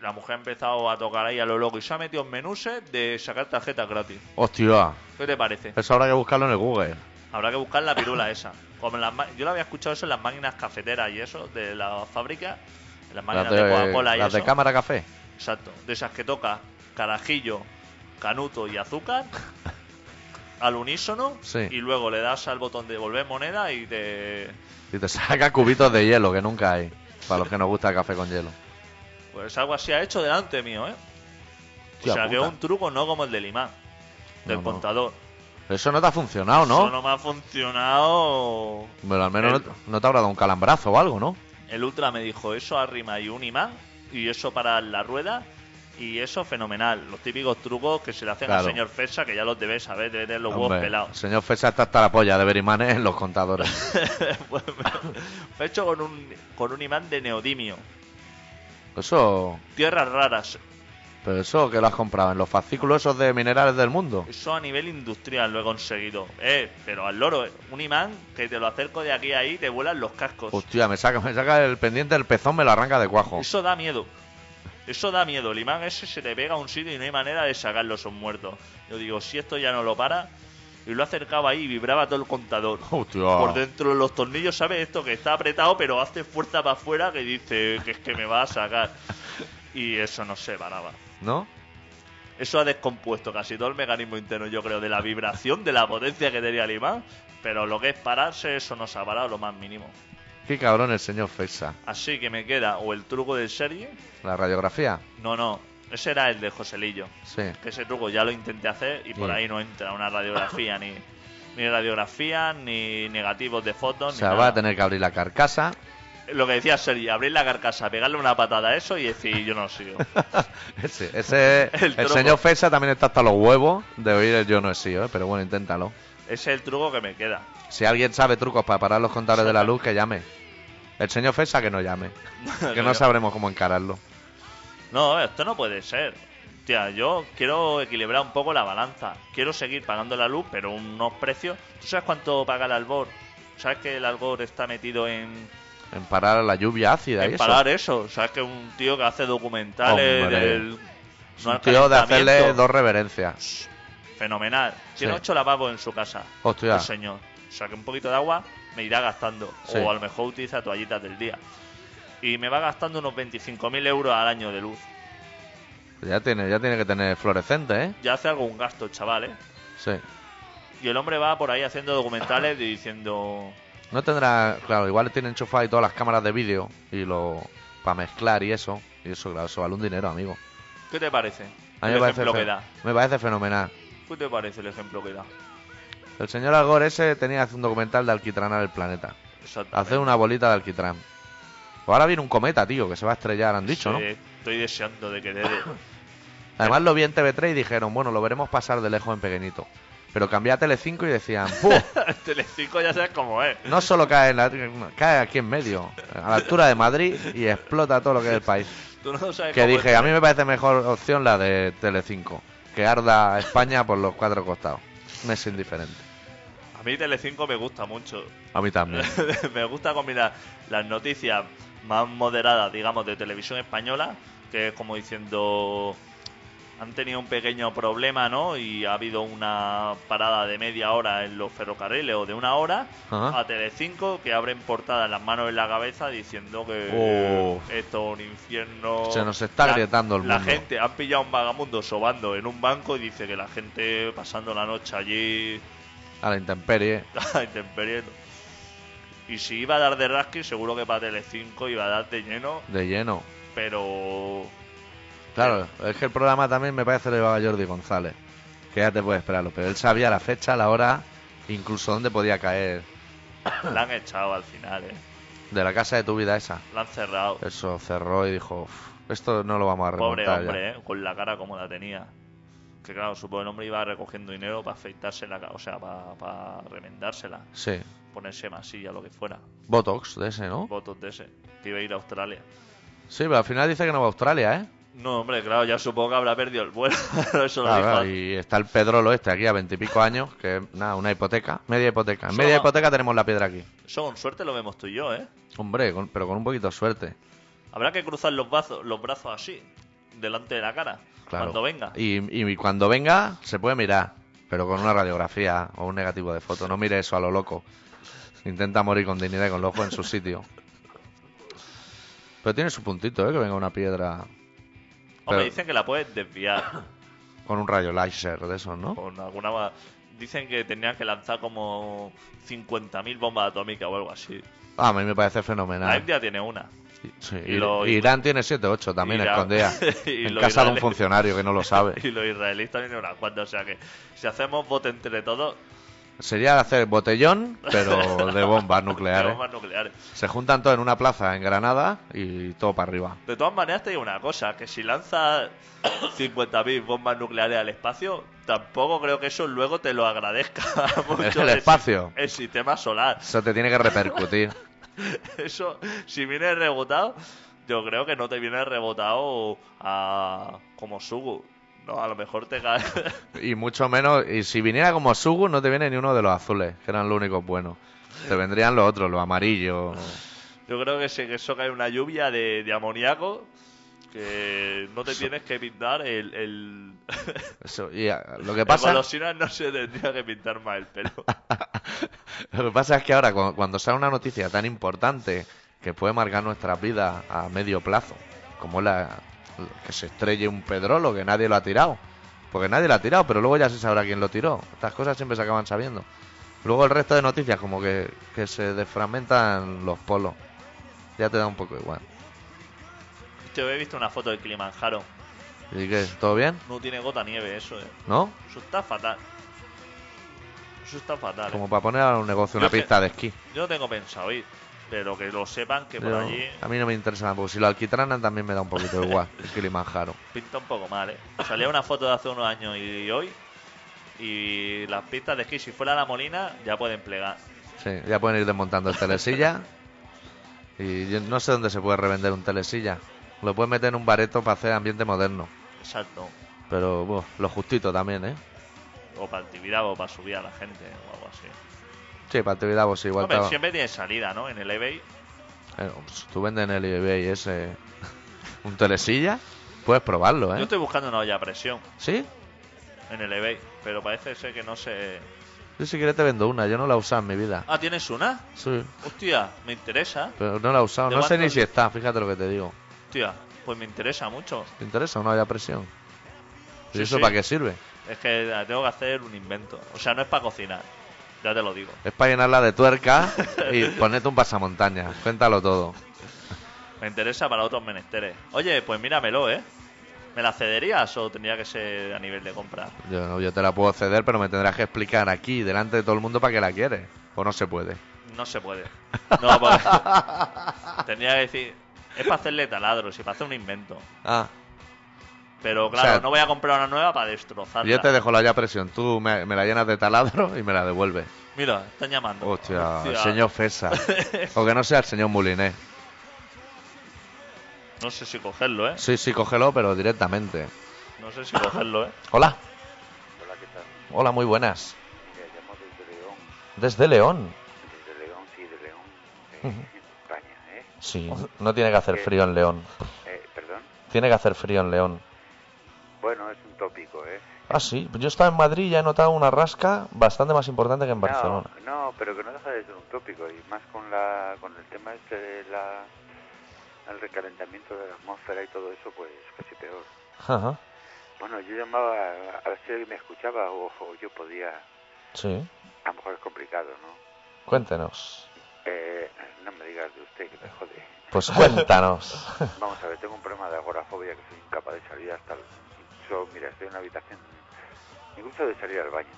Speaker 3: La mujer ha empezado a tocar ahí a lo loco y se ha metido en menús eh, de sacar tarjetas gratis.
Speaker 2: Hostia,
Speaker 3: ¿Qué te parece?
Speaker 2: eso habrá que buscarlo en el Google.
Speaker 3: Habrá que buscar la pirula esa. Como en las ma- yo la había escuchado eso en las máquinas cafeteras y eso, de la fábrica, en las máquinas
Speaker 2: Las
Speaker 3: de,
Speaker 2: de,
Speaker 3: Coca-Cola y
Speaker 2: las de
Speaker 3: eso.
Speaker 2: cámara café.
Speaker 3: Exacto. De esas que toca carajillo, canuto y azúcar al unísono
Speaker 2: Sí.
Speaker 3: y luego le das al botón de devolver moneda y te...
Speaker 2: Y te saca cubitos de hielo que nunca hay. Para los que nos gusta el café con hielo.
Speaker 3: Pues algo así ha hecho delante mío, ¿eh?
Speaker 2: Hostia
Speaker 3: o sea, que es
Speaker 2: puta.
Speaker 3: un truco no como el del imán, del
Speaker 2: No, no.
Speaker 3: contador.
Speaker 2: Eso no te ha funcionado, ¿no?
Speaker 3: Eso no me ha funcionado...
Speaker 2: Pero al menos
Speaker 3: El-
Speaker 2: no, te- no te habrá dado un calambrazo o algo, ¿no?
Speaker 3: El Ultra me dijo, eso arrima y un imán, y eso para la rueda, y eso fenomenal. Los típicos trucos que se le hacen al
Speaker 2: Claro.
Speaker 3: señor Fesa, que ya los debes saber, debe tener los huevos
Speaker 2: Hombre, el
Speaker 3: pelados.
Speaker 2: señor Fesa está hasta la polla de ver imanes en los contadores.
Speaker 3: Pues me- fue hecho con un, con un imán de neodimio.
Speaker 2: Eso.
Speaker 3: Tierras raras.
Speaker 2: Pero eso que lo has comprado, en los fascículos esos de minerales del mundo.
Speaker 3: Eso a nivel industrial lo he conseguido. Eh, pero al loro, eh. un imán que te lo acerco de aquí a ahí, te vuelan los cascos.
Speaker 2: Hostia, me saca, me saca el pendiente del pezón, me lo arranca de cuajo.
Speaker 3: Eso da miedo. Eso da miedo. El imán ese se te pega a un sitio y no hay manera de sacarlo, son muertos. Yo digo, si esto ya no lo para. Y lo acercaba ahí y vibraba todo el contador.
Speaker 2: Hostia.
Speaker 3: Por dentro de los tornillos, ¿sabes? Esto que está apretado, pero hace fuerza para afuera que dice que es que me va a sacar. Y eso no se paraba.
Speaker 2: ¿No?
Speaker 3: Eso ha descompuesto casi todo el mecanismo interno, yo creo, de la vibración, de la potencia que tenía el imán. Pero lo que es pararse, eso no se ha parado lo más mínimo.
Speaker 2: Qué cabrón el señor Fesa.
Speaker 3: Así que me queda o el truco de serie.
Speaker 2: La radiografía.
Speaker 3: No, no. Ese era el de Joselillo.
Speaker 2: Sí.
Speaker 3: Que ese truco ya lo intenté hacer y por
Speaker 2: Sí.
Speaker 3: ahí no entra una radiografía ni. Ni radiografía, ni negativos de
Speaker 2: O
Speaker 3: fotos, ni
Speaker 2: sea,
Speaker 3: nada.
Speaker 2: va a tener que abrir la carcasa.
Speaker 3: Lo que decía Sergi, abrir la carcasa, pegarle una patada a eso y decir, yo no sigo.
Speaker 2: ese, ese-
Speaker 3: El
Speaker 2: el
Speaker 3: tropo.
Speaker 2: señor Fesa también está hasta los huevos de oír el yo no he sido, ¿eh? pero bueno, inténtalo.
Speaker 3: Ese es el truco que me queda.
Speaker 2: Si alguien sabe trucos para parar los contadores de la luz, que llame. El señor Fesa que no llame, que no sabremos cómo encararlo.
Speaker 3: No, esto no puede ser. Tía, yo quiero equilibrar un poco la balanza. Quiero seguir pagando la luz, pero unos precios. ¿Tú sabes cuánto paga el albor? ¿Sabes que el albor está metido en,
Speaker 2: En parar la lluvia ácida y
Speaker 3: en
Speaker 2: eso.
Speaker 3: parar eso? ¿Sabes que un tío que hace documentales
Speaker 2: Hombre.
Speaker 3: del.
Speaker 2: Es
Speaker 3: no
Speaker 2: un
Speaker 3: al
Speaker 2: tío de
Speaker 3: calentamiento?
Speaker 2: hacerle dos reverencias.
Speaker 3: Fenomenal. Tiene
Speaker 2: Sí.
Speaker 3: ocho lavabos en su casa.
Speaker 2: Hostia.
Speaker 3: El señor. O sea que un poquito de agua me irá gastando.
Speaker 2: Sí.
Speaker 3: O a lo mejor utiliza toallitas del día. Y me va gastando unos 25.000 euros al año de luz.
Speaker 2: Ya tiene, ya tiene que tener fluorescente, ¿eh?
Speaker 3: Ya hace algún gasto, el chaval, ¿eh?
Speaker 2: Sí.
Speaker 3: Y el hombre va por ahí haciendo documentales y diciendo.
Speaker 2: No tendrá, claro, igual tiene enchufado y todas las cámaras de vídeo y lo para mezclar y eso. Y eso, claro, eso vale un dinero, amigo.
Speaker 3: ¿Qué te parece?
Speaker 2: A mí
Speaker 3: el
Speaker 2: me parece,
Speaker 3: ejemplo
Speaker 2: fe-
Speaker 3: que da.
Speaker 2: me parece fenomenal.
Speaker 3: ¿Qué te parece el ejemplo que da?
Speaker 2: El señor Algor ese tenía que hacer un documental de alquitranar el planeta.
Speaker 3: Exactamente.
Speaker 2: Hacer una bolita de alquitrán. Pues ahora viene un cometa, tío, que se va a estrellar, han dicho, ¿no?
Speaker 3: Sí, Estoy deseando de que dé. de-
Speaker 2: Además lo vi en TV3 y dijeron, bueno, lo veremos pasar de lejos en pequeñito. Pero cambié a Tele5 y decían, ¡puh!
Speaker 3: Telecinco ya sabes cómo es.
Speaker 2: No solo cae, en la- cae aquí en medio, a la altura de Madrid y explota todo lo que es el país.
Speaker 3: Tú no sabes
Speaker 2: Que
Speaker 3: cómo
Speaker 2: dije,
Speaker 3: es. este.
Speaker 2: a mí me parece mejor opción la de Tele5. Que arda España por los cuatro costados. Me es indiferente.
Speaker 3: A mí Telecinco me gusta mucho.
Speaker 2: A mí también.
Speaker 3: me gusta combinar las noticias más moderadas, digamos, de televisión española, que es como diciendo han tenido un pequeño problema, ¿no? Y ha habido una parada de media hora en los ferrocarriles o de una hora
Speaker 2: Ajá.
Speaker 3: a Telecinco que abren portadas las manos en la cabeza diciendo que
Speaker 2: Oh.
Speaker 3: esto es un infierno.
Speaker 2: Se nos está
Speaker 3: La-
Speaker 2: agrietando el
Speaker 3: La
Speaker 2: mundo.
Speaker 3: gente han pillado a un vagamundo sobando en un banco y dice que la gente pasando la noche allí
Speaker 2: A la intemperie.
Speaker 3: la intemperie. Y si iba a dar de Rasky, seguro que para Tele5 iba a dar de lleno,
Speaker 2: De lleno.
Speaker 3: pero.
Speaker 2: Claro, es que el programa también me parece que lo llevaba Jordi González. Que ya te puedes esperarlo. Pero él sabía la fecha, la hora, incluso dónde podía caer.
Speaker 3: La han echado al final, ¿eh?
Speaker 2: De la casa de tu vida esa.
Speaker 3: La han cerrado.
Speaker 2: Eso cerró y dijo, "Uf, esto no lo vamos a remontar
Speaker 3: Pobre
Speaker 2: ya".
Speaker 3: hombre, ¿eh? con la cara como la tenía. Que claro, supongo que el hombre iba recogiendo dinero para afeitarse la ca- o sea, para, para remendársela,
Speaker 2: Sí.
Speaker 3: ponerse masilla, lo que fuera.
Speaker 2: Botox de ese, ¿no?
Speaker 3: Votos de ese, que iba a ir a Australia.
Speaker 2: Sí, pero al final dice que no va a Australia, ¿eh?
Speaker 3: No, hombre, claro, ya supongo que habrá perdido el vuelo. pero eso lo
Speaker 2: Claro,
Speaker 3: dijo.
Speaker 2: y está el Pedrolo este aquí a veintipico años, que nada, una hipoteca, media hipoteca. En
Speaker 3: Solo
Speaker 2: media
Speaker 3: va-
Speaker 2: hipoteca tenemos la piedra aquí.
Speaker 3: Eso con suerte lo vemos tú y yo, ¿eh?
Speaker 2: Hombre, con- pero con un poquito de suerte.
Speaker 3: Habrá que cruzar los brazos, los brazos así, delante de la cara,
Speaker 2: Claro.
Speaker 3: cuando venga.
Speaker 2: Y, y cuando venga, se puede mirar, pero con una radiografía o un negativo de foto. No mire eso a lo loco. Intenta morir con dignidad y con los ojos en su sitio. Pero tiene su puntito, ¿eh? Que venga una piedra pero-
Speaker 3: Hombre, dicen que la puedes desviar
Speaker 2: con un rayo láser de esos, ¿no?
Speaker 3: con alguna... ma- Dicen que tenías que lanzar como 50.000 bombas atómicas o algo así.
Speaker 2: Ah, a mí me parece
Speaker 3: La
Speaker 2: fenomenal.
Speaker 3: India tiene una.
Speaker 2: Sí,
Speaker 3: y
Speaker 2: Ir-
Speaker 3: lo-
Speaker 2: Irán tiene 7-8 también
Speaker 3: Irán-
Speaker 2: escondida.
Speaker 3: y
Speaker 2: En
Speaker 3: lo
Speaker 2: casa de un
Speaker 3: israelí-
Speaker 2: funcionario que no lo sabe.
Speaker 3: Y los israelíes también tienen una cuanta. O sea que si hacemos bote entre todos...
Speaker 2: Sería hacer botellón, pero de bombas nucleares.
Speaker 3: bombas nucleares.
Speaker 2: Se juntan todos en una plaza en Granada y todo para arriba.
Speaker 3: De todas maneras te digo una cosa, que si lanzas 50.000 bombas nucleares al espacio, tampoco creo que eso luego te lo agradezca mucho
Speaker 2: el espacio.
Speaker 3: si- El sistema solar.
Speaker 2: Eso te tiene que repercutir.
Speaker 3: Eso, si viene rebotado, yo creo que no te viene rebotado a como Sugu. No, a lo mejor te cae.
Speaker 2: Y mucho menos, y si viniera como Sugu, no te viene ni uno de los azules, que eran los únicos buenos. Te vendrían los otros, los amarillos.
Speaker 3: Yo creo que sí, que eso cae una lluvia de, de amoníaco que no te tienes que pintar el. el...
Speaker 2: Eso, y ah, lo que
Speaker 3: el
Speaker 2: pasa.
Speaker 3: golosinas no se tendría que pintar más el pelo.
Speaker 2: Lo que pasa es que ahora, cu- cuando sale una noticia tan importante que puede marcar nuestras vidas a medio plazo, como la que se estrelle un pedrolo que nadie lo ha tirado, porque nadie lo ha tirado, pero luego ya se sabrá quién lo tiró. Estas cosas siempre se acaban sabiendo. Luego el resto de noticias, como que, que se desfragmentan los polos, ya te da un poco igual.
Speaker 3: Yo he visto una foto del Kilimanjaro.
Speaker 2: ¿Y qué? ¿Todo bien?
Speaker 3: No tiene gota nieve eso, eh.
Speaker 2: ¿No?
Speaker 3: Eso está fatal. Eso está fatal. eh.
Speaker 2: Como para poner a un negocio una
Speaker 3: Yo que-
Speaker 2: pista de esquí.
Speaker 3: Yo no tengo pensado ir, pero que lo sepan que por
Speaker 2: Yo-
Speaker 3: allí
Speaker 2: a mí no me interesa nada, porque si lo alquitranan también me da un poquito igual, el Kilimanjaro.
Speaker 3: pinta un poco mal, ¿eh? Salía una foto de hace unos años y, hoy, y las pistas de esquí, si fuera la Molina, ya pueden plegar.
Speaker 2: Sí, ya pueden ir desmontando el telesilla. y yo no sé dónde se puede revender un telesilla. Lo puedes meter en un bareto para hacer ambiente moderno.
Speaker 3: Exacto.
Speaker 2: Pero buh, lo justito también, ¿eh?
Speaker 3: O para actividad o para subir a la gente o algo así.
Speaker 2: Sí, para actividad, pues igual.
Speaker 3: Hombre,
Speaker 2: estaba-
Speaker 3: siempre tiene salida, ¿no? En el eBay.
Speaker 2: Eh, pues, tú vendes en el eBay ese. un telesilla. Puedes probarlo,
Speaker 3: Yo
Speaker 2: ¿eh?
Speaker 3: estoy buscando una olla a presión
Speaker 2: ¿Sí?
Speaker 3: en el eBay, pero parece ser que no se...
Speaker 2: Yo si quieres te vendo una. Yo no la he usado en mi vida.
Speaker 3: Ah, ¿tienes una?
Speaker 2: Sí,
Speaker 3: Hostia, me interesa.
Speaker 2: pero no la he usado.
Speaker 3: ¿De
Speaker 2: No sé ni
Speaker 3: cuántos?
Speaker 2: si está, fíjate lo que te digo.
Speaker 3: Hostia, pues me interesa mucho.
Speaker 2: ¿Te interesa o no haya presión? ¿Y
Speaker 3: Sí,
Speaker 2: eso
Speaker 3: sí.
Speaker 2: para qué sirve?
Speaker 3: Es que tengo que hacer un invento. O sea, no es para cocinar. Ya te lo digo.
Speaker 2: Es para llenarla de tuerca y ponerte un pasamontañas. Cuéntalo todo.
Speaker 3: Me interesa para otros menesteres. Oye, pues míramelo, ¿eh? ¿Me la cederías o tendría que ser a nivel de compra?
Speaker 2: Yo, no, yo te la puedo ceder, pero me tendrás que explicar aquí, delante de todo el mundo, para qué la quieres. O no se puede.
Speaker 3: No se puede. No, porque... tendría que decir... Es para hacerle taladros y para hacer un invento.
Speaker 2: Ah,
Speaker 3: Pero claro,
Speaker 2: sea,
Speaker 3: no voy a comprar una nueva para destrozarla.
Speaker 2: yo te dejo la ya presión. Tú me, me la llenas de taladro y me la devuelves.
Speaker 3: Mira, están llamando.
Speaker 2: Hostia, el señor Fesa. o que no sea el señor Muliné.
Speaker 3: No sé si cogerlo, ¿eh?
Speaker 2: Sí, sí, cógelo, pero directamente.
Speaker 3: No sé si cogerlo, ¿eh?
Speaker 2: Hola.
Speaker 5: Hola, ¿qué tal?
Speaker 2: Hola, muy buenas.
Speaker 5: Mira, llamo desde León.
Speaker 2: Desde León.
Speaker 5: Desde León, sí, de León. eh, España, ¿eh?
Speaker 2: Sí, no tiene que hacer frío en León.
Speaker 5: Eh, Perdón.
Speaker 2: Tiene que hacer frío en León.
Speaker 5: Bueno, es un tópico, ¿eh?
Speaker 2: Ah, sí. Yo estaba en Madrid y ya he notado una rasca bastante más importante que en Barcelona.
Speaker 5: No, no, pero que no deja de ser un tópico. Y más con, la, con el tema este de la, el recalentamiento de la atmósfera y todo eso, pues casi peor.
Speaker 2: Ajá.
Speaker 5: Bueno, yo llamaba a ver si alguien me escuchaba o, o yo podía.
Speaker 2: Sí.
Speaker 5: A lo mejor es complicado, ¿no?
Speaker 2: Cuéntenos.
Speaker 5: Eh, no me digas de usted que me jode.
Speaker 2: Pues cuéntanos.
Speaker 5: Vamos a ver, tengo un problema de agorafobia que soy incapaz de salir hasta el... Yo, mira, estoy en una habitación... Me gusta de salir al baño.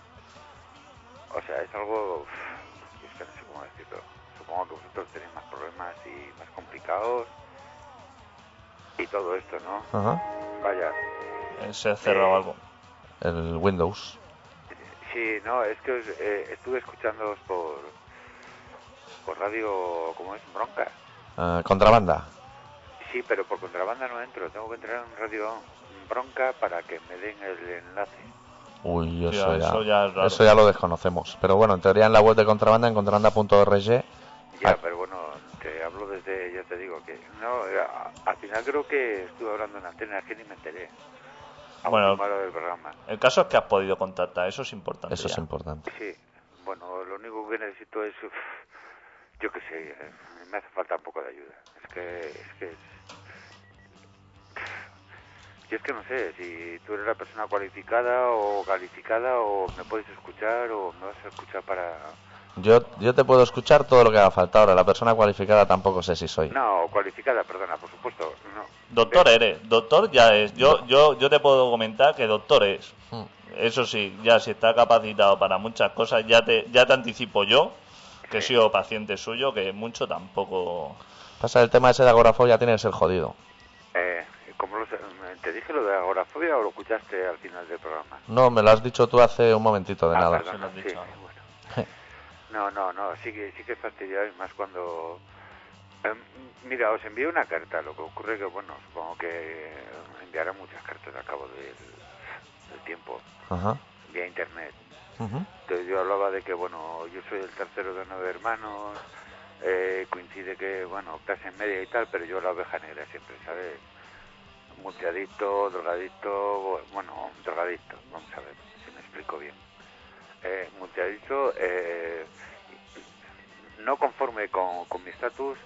Speaker 5: O sea, es algo... uf, Es que no sé cómo decirlo. supongo que vosotros tenéis más problemas y más complicados y todo esto, ¿no?
Speaker 2: Ajá.
Speaker 5: Vaya,
Speaker 3: Eh, Se ha cerrado
Speaker 5: Eh,
Speaker 3: algo.
Speaker 2: El Windows.
Speaker 5: sí, no, es que os, eh, estuve escuchándoos por, por radio, como es? Bronca.
Speaker 2: Eh, contrabanda.
Speaker 5: Sí, pero por contrabanda no entro, tengo que entrar en radio Bronca para que me den el enlace.
Speaker 2: Uy,
Speaker 3: Sí,
Speaker 2: eso, ya,
Speaker 3: eso ya es raro.
Speaker 2: eso ya lo desconocemos. Pero bueno, en teoría en la web de contrabanda, en contrabanda.org,
Speaker 5: Ya,
Speaker 2: Ah.
Speaker 5: pero bueno, te hablo desde, ya te digo que, no, eh, a- al final creo que estuve hablando en antena, que ni me enteré. A
Speaker 3: Bueno.
Speaker 5: última hora del programa.
Speaker 3: El caso es que has podido contactar, eso es importante.
Speaker 2: eso es
Speaker 3: ya.
Speaker 2: importante.
Speaker 5: Sí, bueno, lo único que necesito es, uf, yo qué sé, eh, me hace falta un poco de ayuda. Es que, es que, yo es que no sé si tú eres la persona cualificada o calificada o me puedes escuchar o me vas a escuchar para...
Speaker 2: Yo, yo te puedo escuchar todo lo que haga falta. Ahora, la persona cualificada tampoco sé si soy.
Speaker 5: No, cualificada, perdona, por supuesto, no.
Speaker 3: Doctor eres, doctor ya es. Yo, yo, yo te puedo comentar que doctor es.
Speaker 2: Mm.
Speaker 3: Eso sí, ya si está capacitado para muchas cosas, ya te, ya te anticipo yo, que he sido paciente suyo, que mucho tampoco.
Speaker 2: Pasa, el tema ese de agorafobia tiene que ser jodido.
Speaker 5: Eh, ¿cómo lo sé? ¿Te dije lo de agorafobia o lo escuchaste al final del programa?
Speaker 2: No, me lo has dicho tú hace un momentito de
Speaker 5: Ah,
Speaker 2: nada.
Speaker 5: perdona,
Speaker 3: Se lo has
Speaker 5: sí,
Speaker 3: dicho ahora.
Speaker 5: bueno. No, no, no, sí que, sí que es fastidiado y más cuando... Em, mira, os envié una carta, lo que ocurre que, bueno, supongo que enviarán muchas cartas al cabo del, del tiempo,
Speaker 2: Ajá.
Speaker 5: vía internet.
Speaker 2: Ujú.
Speaker 5: Entonces yo hablaba de que, bueno, yo soy el tercero de nueve hermanos, eh, coincide que, bueno, clase media y tal, pero yo la oveja negra siempre, ¿sabes? Multiadicto, drogadicto, bueno, drogadicto, vamos a ver si me explico bien. Eh, multiadicto, eh, no conforme con, con mi estatus,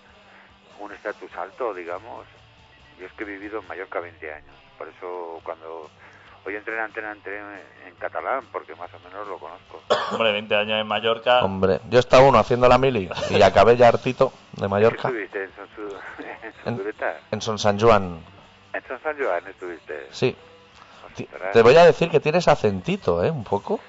Speaker 5: un estatus alto, digamos. Yo es que he vivido en Mallorca 20 años, por eso cuando... Hoy entré en antena, entré en catalán, porque más o menos lo conozco.
Speaker 3: Hombre, 20 años en Mallorca.
Speaker 2: Hombre, yo estaba uno haciendo la mili y acabé ya hartito de Mallorca.
Speaker 5: ¿Qué estuviste en Sonsu- en
Speaker 2: En-
Speaker 5: Sudureta?
Speaker 2: En Son San Juan,
Speaker 5: En San San Joan estuviste.
Speaker 2: sí. Ti-
Speaker 5: Ostras.
Speaker 2: Te voy a decir que tienes acentito, ¿eh? Un poco.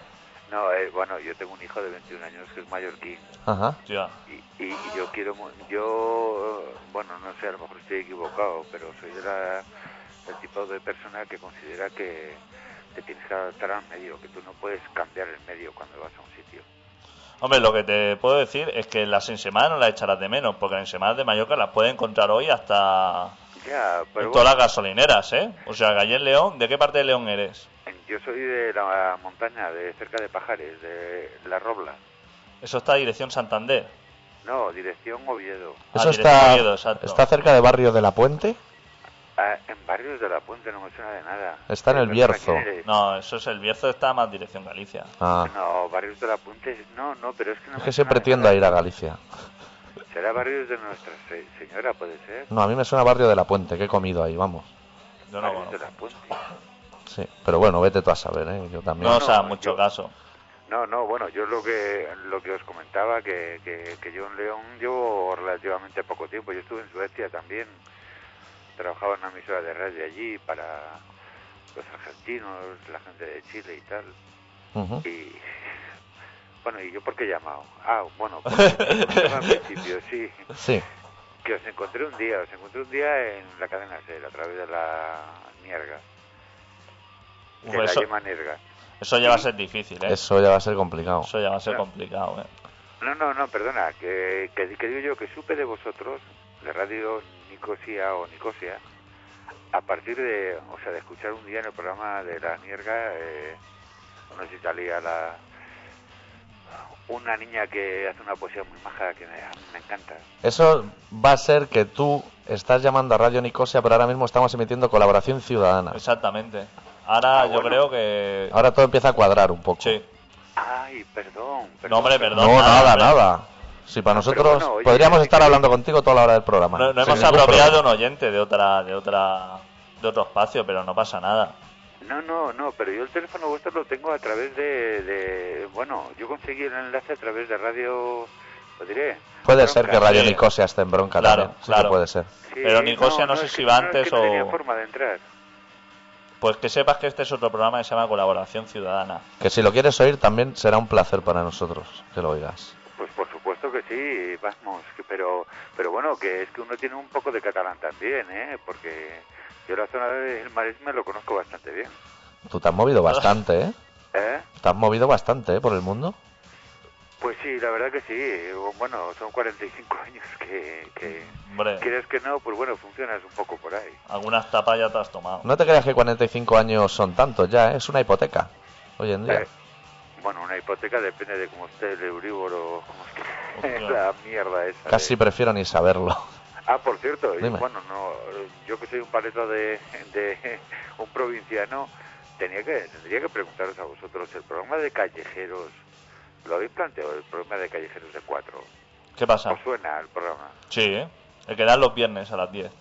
Speaker 5: No, eh, bueno, yo tengo un hijo de 21 años que es mallorquín Ah,
Speaker 2: Ajá.
Speaker 3: Hostia,
Speaker 5: y, y- y yo quiero, mu- yo, eh, bueno, no sé, a lo mejor estoy equivocado, pero soy de la, del tipo de persona que considera que te tienes que adaptar al medio, que tú no puedes cambiar el medio cuando vas a un sitio.
Speaker 3: Hombre, lo que te puedo decir es que las ensemadas no las echarás de menos, porque las ensemadas de Mallorca las puedes encontrar hoy hasta
Speaker 5: Ya, pero
Speaker 3: en todas
Speaker 5: bueno,
Speaker 3: las gasolineras, ¿eh? O sea, que allí en León, ¿de qué parte de León eres?
Speaker 5: yo soy de la montaña, de cerca de Pajares, de La Robla.
Speaker 3: Eso está dirección Santander.
Speaker 5: No, dirección Oviedo.
Speaker 3: Ah,
Speaker 2: Eso
Speaker 3: directo a
Speaker 2: está,
Speaker 3: Oviedo, exacto.
Speaker 2: está cerca de Barrio de la Puente.
Speaker 5: Ah, en barrios de la Puente no me suena de nada.
Speaker 2: Está en el
Speaker 5: Pero,
Speaker 2: Bierzo.
Speaker 5: ¿quién eres?
Speaker 3: No, eso es el Bierzo, está más dirección Galicia.
Speaker 2: Ah,
Speaker 5: No, barrios de la Puente, no, no, pero es que no
Speaker 2: es
Speaker 5: me
Speaker 2: que
Speaker 5: suena
Speaker 2: siempre
Speaker 5: de
Speaker 2: tiendo
Speaker 5: nada.
Speaker 2: a ir a Galicia.
Speaker 5: Será barrios de Nuestra Se- Señora, puede ser.
Speaker 2: No, a mí me suena Barrio de la Puente, que he comido ahí, vamos.
Speaker 3: Yo no
Speaker 5: barrios de
Speaker 3: conozco.
Speaker 5: la Puente.
Speaker 2: Sí, pero bueno, vete tú a saber, ¿eh? Yo también.
Speaker 3: No, o sea,
Speaker 5: no,
Speaker 3: mucho
Speaker 5: yo-
Speaker 3: caso.
Speaker 5: No, no, bueno, yo lo que lo que os comentaba, que, que, que yo en León llevo relativamente poco tiempo. Yo estuve en Suecia también, trabajaba en una emisora de radio allí para los argentinos, la gente de Chile y tal.
Speaker 2: Ujú.
Speaker 5: Y bueno, ¿y yo por qué he llamado? Ah, bueno, porque al principio, sí.
Speaker 2: Sí,
Speaker 5: Que os encontré un día, os encontré un día en la cadena SER, a través de la Nierga. De
Speaker 3: Pues
Speaker 5: la
Speaker 3: eso-
Speaker 5: yema Nierga.
Speaker 3: Eso ya va a ser difícil, ¿eh?
Speaker 2: eso ya va a ser complicado.
Speaker 3: Eso ya va a ser
Speaker 5: Claro.
Speaker 3: complicado, ¿eh?
Speaker 5: No, no, no, perdona, que, que, que digo yo que supe de vosotros, de Radio Nicosia o Nicosia, a partir de, o sea, de escuchar un día en el programa de la Nierga, eh, no sé si salía la... Una niña que hace una poesía muy maja que me, me encanta.
Speaker 2: Eso va a ser que tú estás llamando a Radio Nicosia, pero ahora mismo estamos emitiendo colaboración ciudadana.
Speaker 3: Exactamente. Ahora
Speaker 5: Ah,
Speaker 3: yo
Speaker 5: bueno.
Speaker 3: creo que...
Speaker 2: Ahora todo empieza a cuadrar un poco.
Speaker 3: Sí.
Speaker 5: Ay, perdón. perdón
Speaker 3: No, hombre,
Speaker 5: perdón.
Speaker 2: No,
Speaker 3: Perdón,
Speaker 2: nada,
Speaker 3: hombre.
Speaker 2: nada. Si para
Speaker 5: No, pero
Speaker 2: nosotros
Speaker 5: bueno, oye,
Speaker 2: podríamos
Speaker 5: sí
Speaker 2: estar
Speaker 5: que-
Speaker 2: hablando contigo toda la hora del programa.
Speaker 3: No,
Speaker 2: sin
Speaker 3: no hemos
Speaker 2: ningún
Speaker 3: apropiado un
Speaker 2: problema.
Speaker 3: oyente de otra, de otra, de otro espacio, pero no pasa nada.
Speaker 5: No, no, no, pero yo el teléfono vuestro lo tengo a través de, de- bueno, yo conseguí el enlace a través de radio, lo diré.
Speaker 2: Puede ser que
Speaker 5: Bronca.
Speaker 2: Radio
Speaker 3: sí.
Speaker 2: Nicosia esté en bronca
Speaker 3: Claro,
Speaker 2: también. Sí que
Speaker 3: claro.
Speaker 2: puede ser.
Speaker 5: Sí,
Speaker 3: pero Nicosia no sé
Speaker 5: es
Speaker 3: si
Speaker 5: que-
Speaker 3: va
Speaker 5: no, es que
Speaker 3: antes
Speaker 5: no
Speaker 3: o-
Speaker 5: tenía forma de entrar.
Speaker 3: Pues que sepas que este es otro programa que se llama Colaboración Ciudadana.
Speaker 2: Que si lo quieres oír también será un placer para nosotros que lo oigas.
Speaker 5: Pues por supuesto que sí, vamos, que- pero, pero bueno, que es que uno tiene un poco de catalán también, ¿eh? Porque yo la zona del Maresme lo conozco bastante bien,
Speaker 2: Tú te has movido
Speaker 3: Ah.
Speaker 2: bastante, ¿eh?
Speaker 5: ¿eh?
Speaker 2: Te has movido bastante, ¿eh? Por el mundo.
Speaker 5: Pues sí, la verdad que sí, bueno, son 45 años que, que
Speaker 3: Hombre,
Speaker 5: quieres que no, pues bueno, funcionas un poco por ahí.
Speaker 3: algunas tapas ya te has tomado.
Speaker 2: No te creas que 45 años son tantos ya, ¿eh? Es una hipoteca. Hoy en día.
Speaker 5: Eh, Bueno, una hipoteca depende de cómo esté el euríboro, cómo esté
Speaker 3: Hostia.
Speaker 5: la mierda esa. de-
Speaker 2: Casi prefiero ni saberlo.
Speaker 5: Ah, por cierto, y
Speaker 2: Dime.
Speaker 5: bueno, no, eh, yo que soy un paleto de, de un provinciano, tenía que, tendría que preguntaros a vosotros, el programa de callejeros, ¿lo habéis planteado? El programa de callejeros de cuatro.
Speaker 3: ¿Qué pasa?
Speaker 5: ¿Os suena el programa?
Speaker 3: Sí, ¿eh? El que dan los viernes a las 10.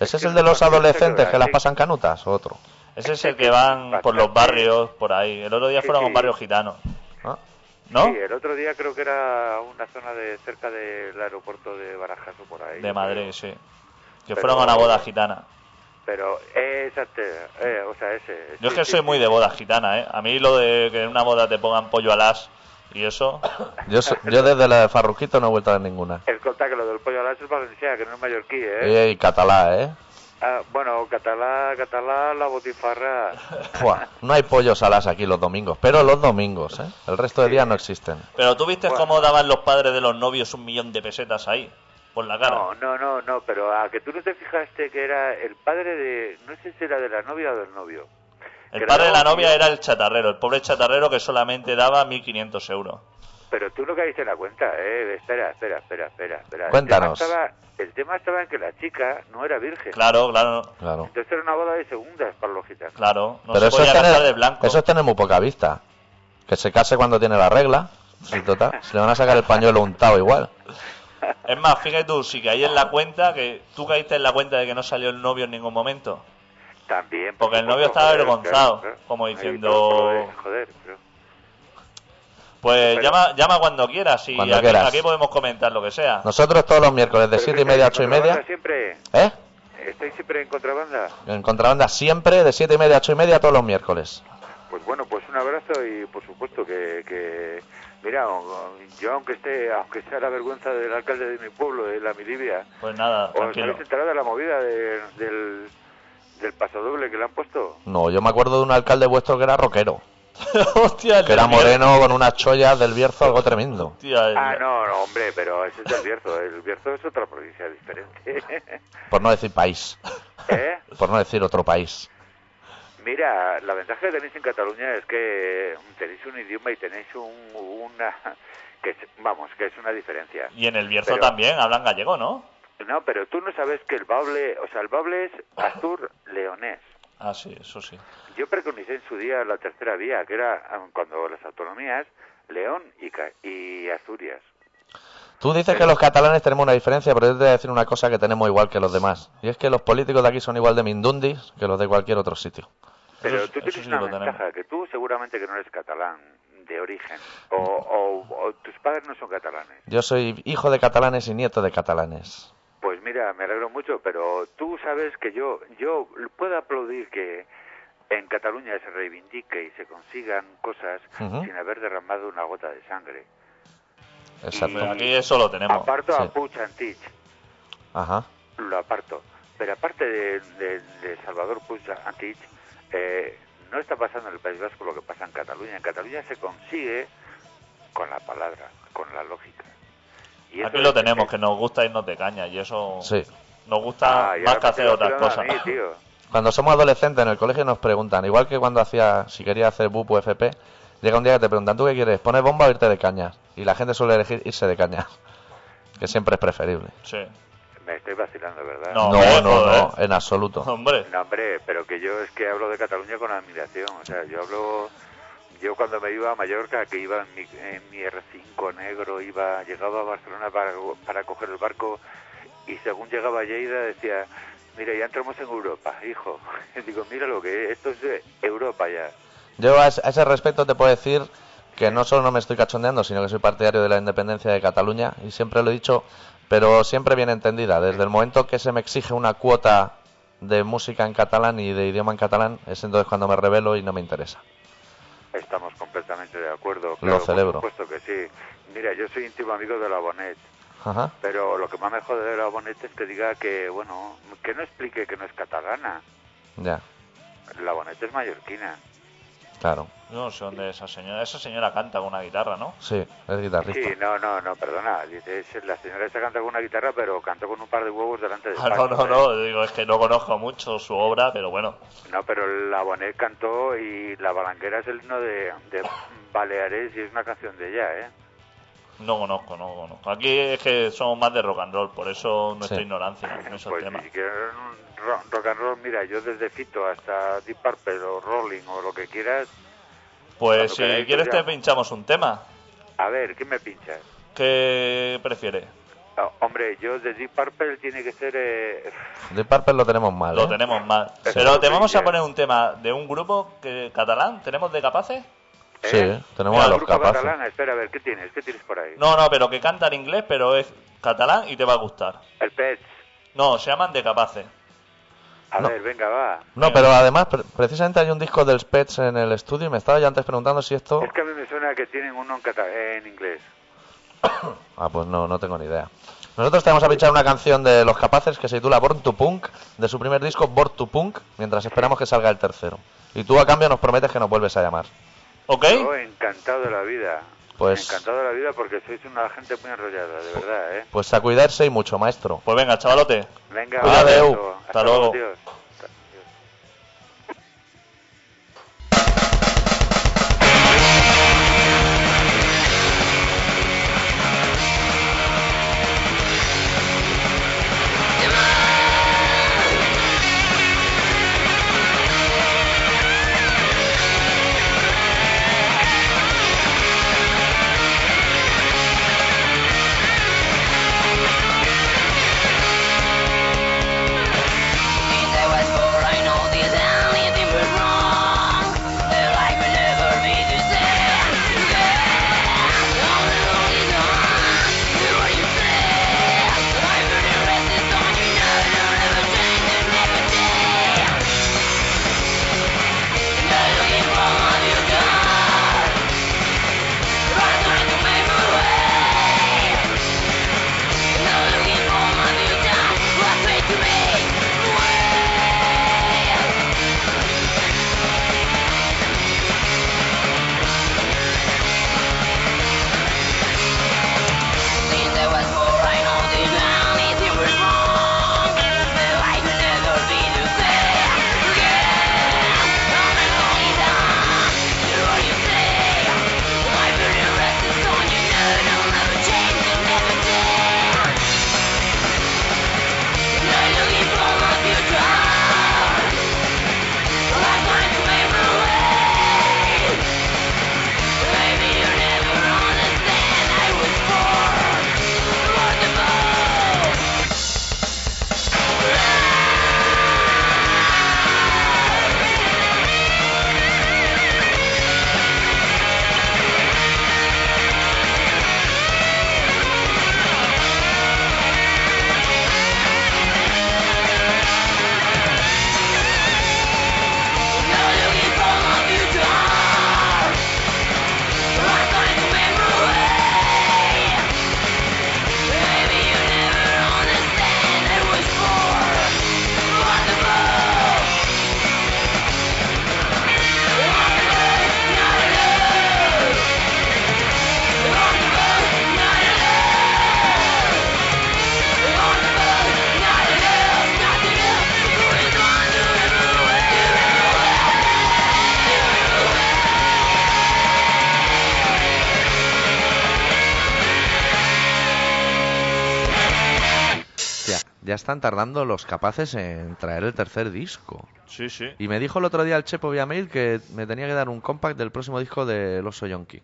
Speaker 2: ¿Ese es
Speaker 5: que
Speaker 2: el de
Speaker 5: no
Speaker 2: los
Speaker 5: sé qué
Speaker 2: adolescentes que
Speaker 5: decir.
Speaker 2: las pasan canutas o otro?
Speaker 3: Ese es el que van por los barrios, por ahí. El otro día
Speaker 5: Sí,
Speaker 3: fueron
Speaker 5: sí.
Speaker 3: con barrios gitanos,
Speaker 2: ¿Ah?
Speaker 3: ¿no?
Speaker 5: Sí, el otro día creo que era una zona de cerca del aeropuerto de Barajas o por ahí.
Speaker 3: De Madrid, sí. Que
Speaker 5: Pero-
Speaker 3: fueron a una boda gitana.
Speaker 5: Pero, eh, exacto, eh, o sea, ese.
Speaker 3: Yo es
Speaker 5: sí,
Speaker 3: que
Speaker 5: sí,
Speaker 3: soy
Speaker 5: sí.
Speaker 3: muy de bodas gitana, ¿eh? A mí lo de que en una boda te pongan pollo alas y eso...
Speaker 2: Yo, so- yo desde la de Farruquito no he vuelto a ver ninguna.
Speaker 5: El contacto, lo del pollo al es valenciana, que no es mallorquí, ¿eh?
Speaker 2: Y, catalá, ¿eh?
Speaker 5: Ah, bueno, catalá, catalá, la botifarra.
Speaker 2: Buah, no hay pollos alas aquí los domingos, pero los domingos, ¿eh? El resto de días no existen.
Speaker 3: Pero tú viste
Speaker 5: Bueno.
Speaker 3: cómo daban los padres de los novios un millón de pesetas ahí, por la cara.
Speaker 5: No, no, no, no, pero a que tú no te fijaste que era el padre de, no sé si era de la novia o del novio.
Speaker 3: el
Speaker 5: que
Speaker 3: padre de la
Speaker 5: daba un
Speaker 3: novia
Speaker 5: millón.
Speaker 3: era el chatarrero, el pobre chatarrero que solamente daba 1.500 euros.
Speaker 5: Pero tú no caíste en la cuenta, eh. Espera, espera, espera, espera. espera. El tema
Speaker 2: Cuéntanos.
Speaker 5: estaba- El tema estaba en que la chica no era virgen.
Speaker 3: Claro, claro,
Speaker 2: Claro.
Speaker 5: Entonces era una boda de segundas para los gitanos.
Speaker 3: claro. No
Speaker 2: pero
Speaker 3: se
Speaker 2: eso es,
Speaker 3: podía
Speaker 2: tener,
Speaker 3: casar de blanco.
Speaker 2: eso es tener muy poca vista. Que se case cuando tiene la regla. Si, total, se le van a sacar el pañuelo untado igual.
Speaker 3: Es más, fíjate tú, si caí en la cuenta, que tú caíste en la cuenta de que no salió el novio en ningún momento.
Speaker 5: También.
Speaker 3: Porque el novio
Speaker 5: supuesto,
Speaker 3: estaba
Speaker 5: joder,
Speaker 3: avergonzado,
Speaker 5: claro, claro.
Speaker 3: como
Speaker 5: Ahí
Speaker 3: diciendo-
Speaker 5: todo, joder, joder, pero-
Speaker 3: Pues
Speaker 5: Pero-
Speaker 3: llama, llama cuando quieras y
Speaker 2: Cuando
Speaker 3: aquí,
Speaker 2: quieras.
Speaker 3: aquí podemos comentar lo que sea.
Speaker 2: Nosotros todos los miércoles de
Speaker 5: Pero
Speaker 2: 7 y
Speaker 5: que
Speaker 2: media a
Speaker 5: en
Speaker 2: 8 y
Speaker 5: contrabanda
Speaker 2: media.
Speaker 5: Siempre,
Speaker 2: ¿Eh?
Speaker 5: ¿Estáis siempre en contrabanda?
Speaker 2: En contrabanda siempre de 7 y media a 8 y media todos los miércoles.
Speaker 5: Pues bueno, pues un abrazo y por supuesto que, que- mira, o- yo aunque esté, aunque sea la vergüenza del alcalde de mi pueblo, de la Milivia,
Speaker 3: Pues nada,
Speaker 5: ¿os
Speaker 3: tranquilo.
Speaker 5: habéis enterado de la movida de- del, del pasodoble que le han puesto?
Speaker 2: No, yo me acuerdo de un alcalde vuestro que era rockero.
Speaker 3: Hostia, el
Speaker 2: Que era
Speaker 3: del Bierzo.
Speaker 2: moreno con unas chollas del Bierzo, algo tremendo.
Speaker 3: Hostia, el-
Speaker 5: Ah, no, no, hombre, pero ese es el Bierzo, el Bierzo es otra provincia diferente.
Speaker 2: Por no decir país.
Speaker 5: ¿Eh?
Speaker 2: Por no decir otro país.
Speaker 5: Mira, la ventaja que tenéis en Cataluña es que mm, tenéis un idioma y tenéis un, una, que es- vamos, que es una diferencia.
Speaker 3: Y en el Bierzo
Speaker 5: Pero-
Speaker 3: también hablan gallego, ¿no?
Speaker 5: No, pero tú no sabes que el bable, o sea, el bable es azur leonés.
Speaker 3: Ah, sí, eso sí.
Speaker 5: Yo preconicé en su día la tercera vía, que era ah, cuando las autonomías, León y, Ca- y Asturias.
Speaker 2: Tú dices que los catalanes tenemos una diferencia, pero yo te voy a decir una cosa que tenemos igual que los demás. Y es que los políticos de aquí son igual de mindundis que los de cualquier otro sitio.
Speaker 5: Pero
Speaker 3: Eso es-
Speaker 5: tú
Speaker 3: eso
Speaker 5: tienes
Speaker 3: sí
Speaker 5: una
Speaker 3: lo tenemos.
Speaker 5: ventaja, que tú seguramente que no eres catalán de origen, o, o- o tus padres no son catalanes.
Speaker 2: Yo soy hijo de catalanes y nieto de catalanes.
Speaker 5: Pues mira, me alegro mucho, pero tú sabes que yo, yo puedo aplaudir que en Cataluña se reivindique y se consigan cosas
Speaker 2: Ujú.
Speaker 5: sin haber derramado una gota de sangre.
Speaker 3: Pero
Speaker 2: Exacto.
Speaker 3: aquí eso lo tenemos.
Speaker 5: Aparto
Speaker 2: sí.
Speaker 5: a Puig Antich,
Speaker 2: Ajá.
Speaker 5: lo aparto. Pero aparte de, de- de Salvador Puig Antich, eh, no está pasando en el País Vasco lo que pasa en Cataluña. En Cataluña se consigue con la palabra, con la lógica. Y eso
Speaker 3: Aquí lo
Speaker 5: es-
Speaker 3: tenemos, que nos gusta irnos de caña y eso
Speaker 2: Sí.
Speaker 3: nos gusta
Speaker 5: Ah, y
Speaker 3: más
Speaker 5: ahora
Speaker 3: que
Speaker 5: me
Speaker 3: hacer
Speaker 5: estoy
Speaker 3: otras
Speaker 5: vacilando
Speaker 3: cosas.
Speaker 5: a mí, tío.
Speaker 2: Cuando somos adolescentes en el colegio nos preguntan, igual que cuando hacía, si quería hacer BUP o FP, llega un día que te preguntan, ¿tú qué quieres? ¿Poner bomba o irte de caña? Y la gente suele elegir irse de caña, que siempre es preferible.
Speaker 3: Sí.
Speaker 5: Me estoy vacilando, ¿verdad?
Speaker 3: No,
Speaker 2: No, no,
Speaker 3: hombre,
Speaker 2: no,
Speaker 3: joder.
Speaker 2: en absoluto.
Speaker 3: Hombre,
Speaker 5: No, hombre, pero que yo es que hablo de Cataluña con admiración. O sea, yo hablo. Yo cuando me iba a Mallorca, que iba en mi, en mi R5 negro, iba llegaba a Barcelona para, para coger el barco y según llegaba a Lleida decía, mira, ya entramos en Europa, hijo. Y digo, mira lo que es, esto es eh, Europa ya.
Speaker 2: Yo a es- a ese respecto te puedo decir que no solo no me estoy cachondeando, sino que soy partidario de la independencia de Cataluña y siempre lo he dicho, pero siempre bien entendida. Desde el momento que se me exige una cuota de música en catalán y de idioma en catalán, es entonces cuando me revelo y no me interesa.
Speaker 5: Estamos completamente de acuerdo. por
Speaker 2: celebro.
Speaker 5: supuesto que sí. Mira, yo soy íntimo amigo de la Bonet,
Speaker 2: Ajá.
Speaker 5: pero lo que más me jode de la Bonet es que diga que, bueno, que no explique que no es catalana.
Speaker 2: Ya,
Speaker 5: La Bonet es mallorquina.
Speaker 2: claro.
Speaker 3: No sé dónde es esa señora. Esa señora canta con una guitarra, ¿no?
Speaker 2: Sí, es guitarrista.
Speaker 5: Sí, no, no, no, perdona. Dice, es- la señora esa canta con una guitarra, pero cantó con un par de huevos delante de
Speaker 3: Ah, no,
Speaker 5: España,
Speaker 3: no,
Speaker 5: ¿eh?
Speaker 3: no. Digo, es que no conozco mucho su obra, pero bueno.
Speaker 5: No, pero la Bonet cantó y La Balanguera es el himno de, de Baleares y es una canción de ella, ¿eh?
Speaker 3: No conozco, no conozco. Aquí es que somos más de rock and roll, por eso nuestra
Speaker 2: Sí.
Speaker 3: ignorancia en esos
Speaker 5: Pues ni
Speaker 3: temas.
Speaker 5: siquiera un ro- rock and roll, mira, yo desde Fito hasta Deep Purple o Rolling o lo que quieras.
Speaker 3: Pues
Speaker 5: cuando
Speaker 3: si
Speaker 5: queráis,
Speaker 3: quieres
Speaker 5: pues
Speaker 3: te
Speaker 5: ya.
Speaker 3: pinchamos un tema.
Speaker 5: A ver, ¿qué me pinchas?
Speaker 3: ¿Qué prefieres?
Speaker 5: Ah, hombre, yo de Deep Purple tiene que ser... eh,
Speaker 2: De Purple lo tenemos mal.
Speaker 3: Lo
Speaker 2: ¿eh?
Speaker 3: tenemos mal.
Speaker 5: Eso
Speaker 3: Pero
Speaker 5: es
Speaker 3: te vamos a
Speaker 5: bien.
Speaker 3: poner un tema de un grupo que, catalán. ¿Tenemos de capaces?
Speaker 2: Sí,
Speaker 5: ¿eh?
Speaker 2: tenemos
Speaker 5: Ah,
Speaker 2: a los
Speaker 5: Grupo
Speaker 2: capaces.
Speaker 5: Catalana, espera, a ver, ¿qué tienes? ¿Qué tienes por ahí?
Speaker 3: No, no, pero que canta en inglés, pero es catalán y te va a gustar.
Speaker 5: El Pets.
Speaker 3: No, se llaman de capaces.
Speaker 5: A
Speaker 2: No.
Speaker 5: ver, venga, va.
Speaker 2: No, pero además, pre- precisamente hay un disco del Spets en el estudio y me estaba yo antes preguntando si esto.
Speaker 5: Es que a mí me suena que tienen uno en, cata- en inglés.
Speaker 2: Ah, pues no, no tengo ni idea. Nosotros tenemos a pinchar una canción de Los Capaces que se titula Born to Punk, de su primer disco Born to Punk, mientras esperamos que salga el tercero. Y tú a cambio nos prometes que nos vuelves a llamar.
Speaker 3: ¿Ok?
Speaker 5: Yo encantado de la vida.
Speaker 2: Pues-
Speaker 5: Encantado de la vida porque sois una gente muy enrollada, de verdad, ¿eh?
Speaker 2: Pues a cuidarse y mucho, maestro.
Speaker 3: Pues venga, chavalote.
Speaker 5: Venga,
Speaker 2: Pues adeu.
Speaker 5: un abrazo.
Speaker 3: Hasta luego.
Speaker 5: tíos.
Speaker 4: To me.
Speaker 2: Ya, ya están tardando los capaces en traer el tercer disco.
Speaker 3: Sí, sí.
Speaker 2: Y me dijo el otro día el Chepo vía mail que me tenía que dar un compact del próximo disco de Oso Yonki.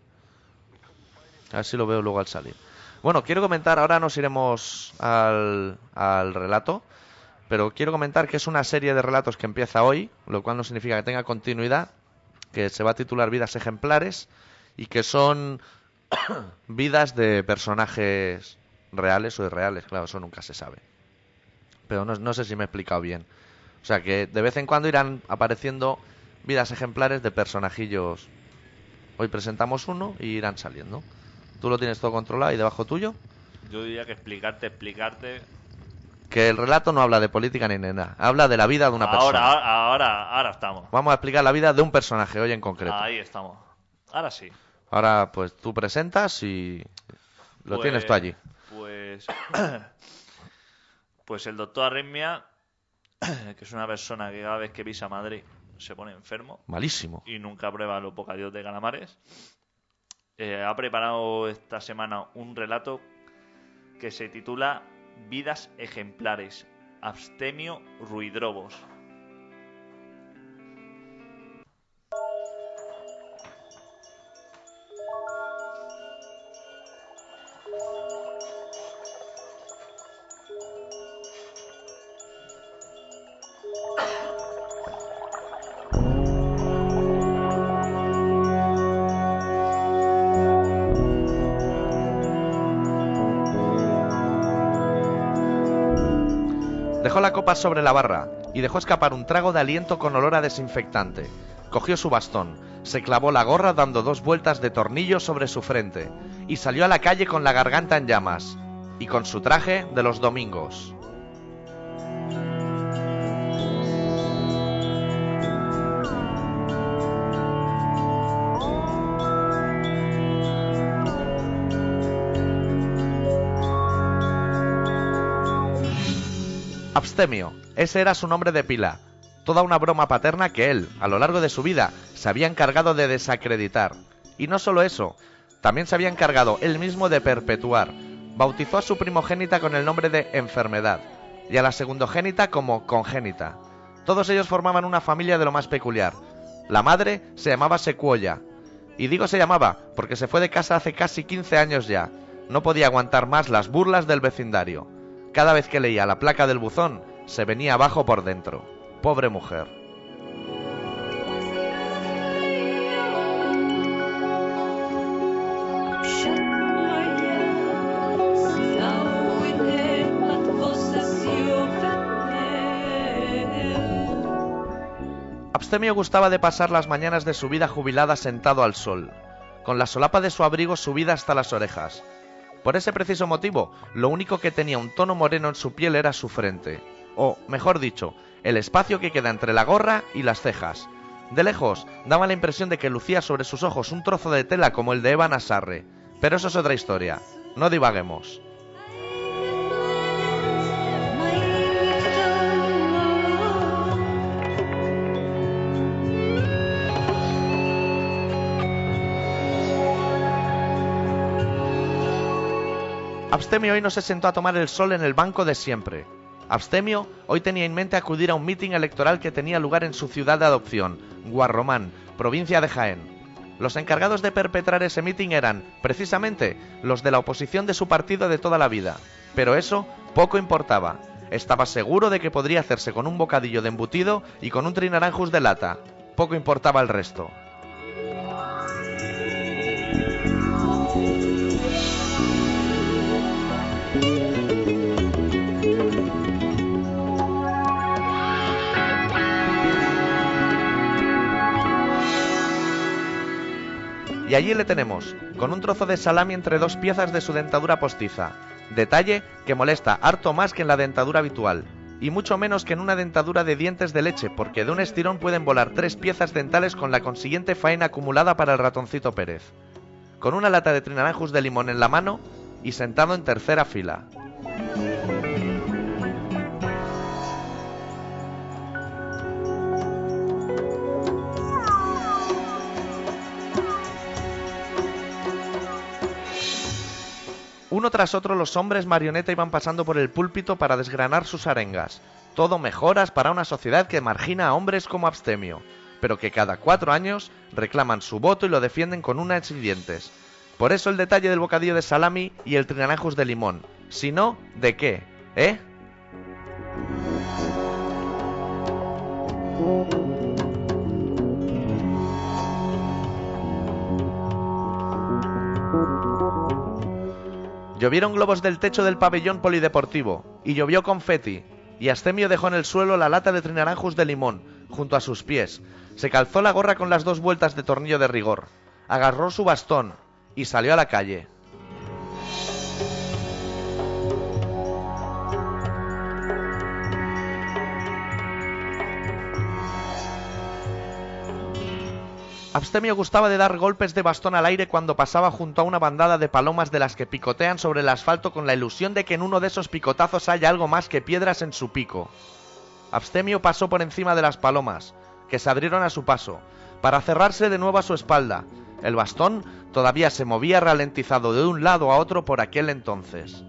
Speaker 2: A ver si lo veo luego al salir. Bueno, quiero comentar, ahora nos iremos al, al relato, pero quiero comentar que es una serie de relatos que empieza hoy, lo cual no significa que tenga continuidad, que se va a titular Vidas Ejemplares y que son vidas de personajes reales o irreales, claro, eso nunca se sabe. Pero no, no sé si me he explicado bien. O sea que de vez en cuando irán apareciendo vidas ejemplares de personajillos Hoy presentamos uno y irán saliendo. Tú lo tienes todo controlado y debajo tuyo.
Speaker 3: Yo diría que explicarte, explicarte.
Speaker 2: Que el relato no habla de política ni de nada. Habla de la vida de una
Speaker 3: ahora,
Speaker 2: persona.
Speaker 3: ahora, ahora, ahora estamos.
Speaker 2: Vamos a explicar la vida de un personaje hoy en concreto.
Speaker 3: Ahí estamos. Ahora sí.
Speaker 2: Ahora, pues tú presentas y lo
Speaker 3: Pues-
Speaker 2: tienes tú allí.
Speaker 3: Pues. pues el doctor Arritmia, que es una persona que cada vez que pisa Madrid se pone enfermo
Speaker 2: Malísimo.
Speaker 3: y nunca prueba los bocadillos de calamares, eh, ha preparado esta semana un relato que se titula Vidas ejemplares. Abstemio Ruidrobos.
Speaker 2: Dejó la copa sobre la barra y dejó escapar un trago de aliento con olor a desinfectante. Cogió su bastón, se clavó la gorra dando dos vueltas de tornillo sobre su frente y salió a la calle con la garganta en llamas y con su traje de los domingos. Abstemio, ese era su nombre de pila. Toda una broma paterna que él, a lo largo de su vida, se había encargado de desacreditar. Y no solo eso, también se había encargado él mismo de perpetuar. Bautizó a su primogénita con el nombre de enfermedad y a la segundogénita como congénita. Todos ellos formaban una familia de lo más peculiar. La madre se llamaba Secuoya. Y digo se llamaba porque se fue de casa hace casi 15 años ya. No podía aguantar más las burlas del vecindario. Cada vez que leía la placa del buzón, se venía abajo por dentro. Pobre mujer. Abstemio gustaba de pasar las mañanas de su vida jubilada sentado al sol, con la solapa de su abrigo subida hasta las orejas. Por ese preciso motivo, lo único que tenía un tono moreno en su piel era su frente, o, mejor dicho, el espacio que queda entre la gorra y las cejas. De lejos, daba la impresión de que lucía sobre sus ojos un trozo de tela como el de Evan Asarre, pero eso es otra historia. No divaguemos. Abstemio hoy no se sentó a tomar el sol en el banco de siempre. Abstemio hoy tenía en mente acudir a un mitin electoral que tenía lugar en su ciudad de adopción, Guarromán, provincia de Jaén. Los encargados de perpetrar ese mitin eran, precisamente, los de la oposición de su partido de toda la vida. Pero eso poco importaba. Estaba seguro de que podría hacerse con un bocadillo de embutido y con un trinaranjus de lata. Poco importaba el resto. Y allí le tenemos, con un trozo de salami entre dos piezas de su dentadura postiza. Detalle que molesta harto más que en la dentadura habitual. Y mucho menos que en una dentadura de dientes de leche, porque de un estirón pueden volar tres piezas dentales con la consiguiente faena acumulada para el ratoncito Pérez. Con una lata de trinaranjus de limón en la mano y sentado en tercera fila. Uno tras otro los hombres marioneta iban pasando por el púlpito para desgranar sus arengas. Todo mejoras para una sociedad que margina a hombres como abstemio, pero que cada cuatro años reclaman su voto y lo defienden con unas y dientes. Por eso el detalle del bocadillo de salami y el trinaranjus de limón. Si no, ¿de qué? ¿Eh? Llovieron globos del techo del pabellón polideportivo y llovió confeti. Y Astemio dejó en el suelo la lata de trinaranjus de limón junto a sus pies. Se calzó la gorra con las dos vueltas de tornillo de rigor. agarró su bastón y salió a la calle. Abstemio gustaba de dar golpes de bastón al aire cuando pasaba junto a una bandada de palomas de las que picotean sobre el asfalto con la ilusión de que en uno de esos picotazos haya algo más que piedras en su pico. Abstemio pasó por encima de las palomas, que se abrieron a su paso, para cerrarse de nuevo a su espalda. El bastón todavía se movía ralentizado de un lado a otro por aquel entonces.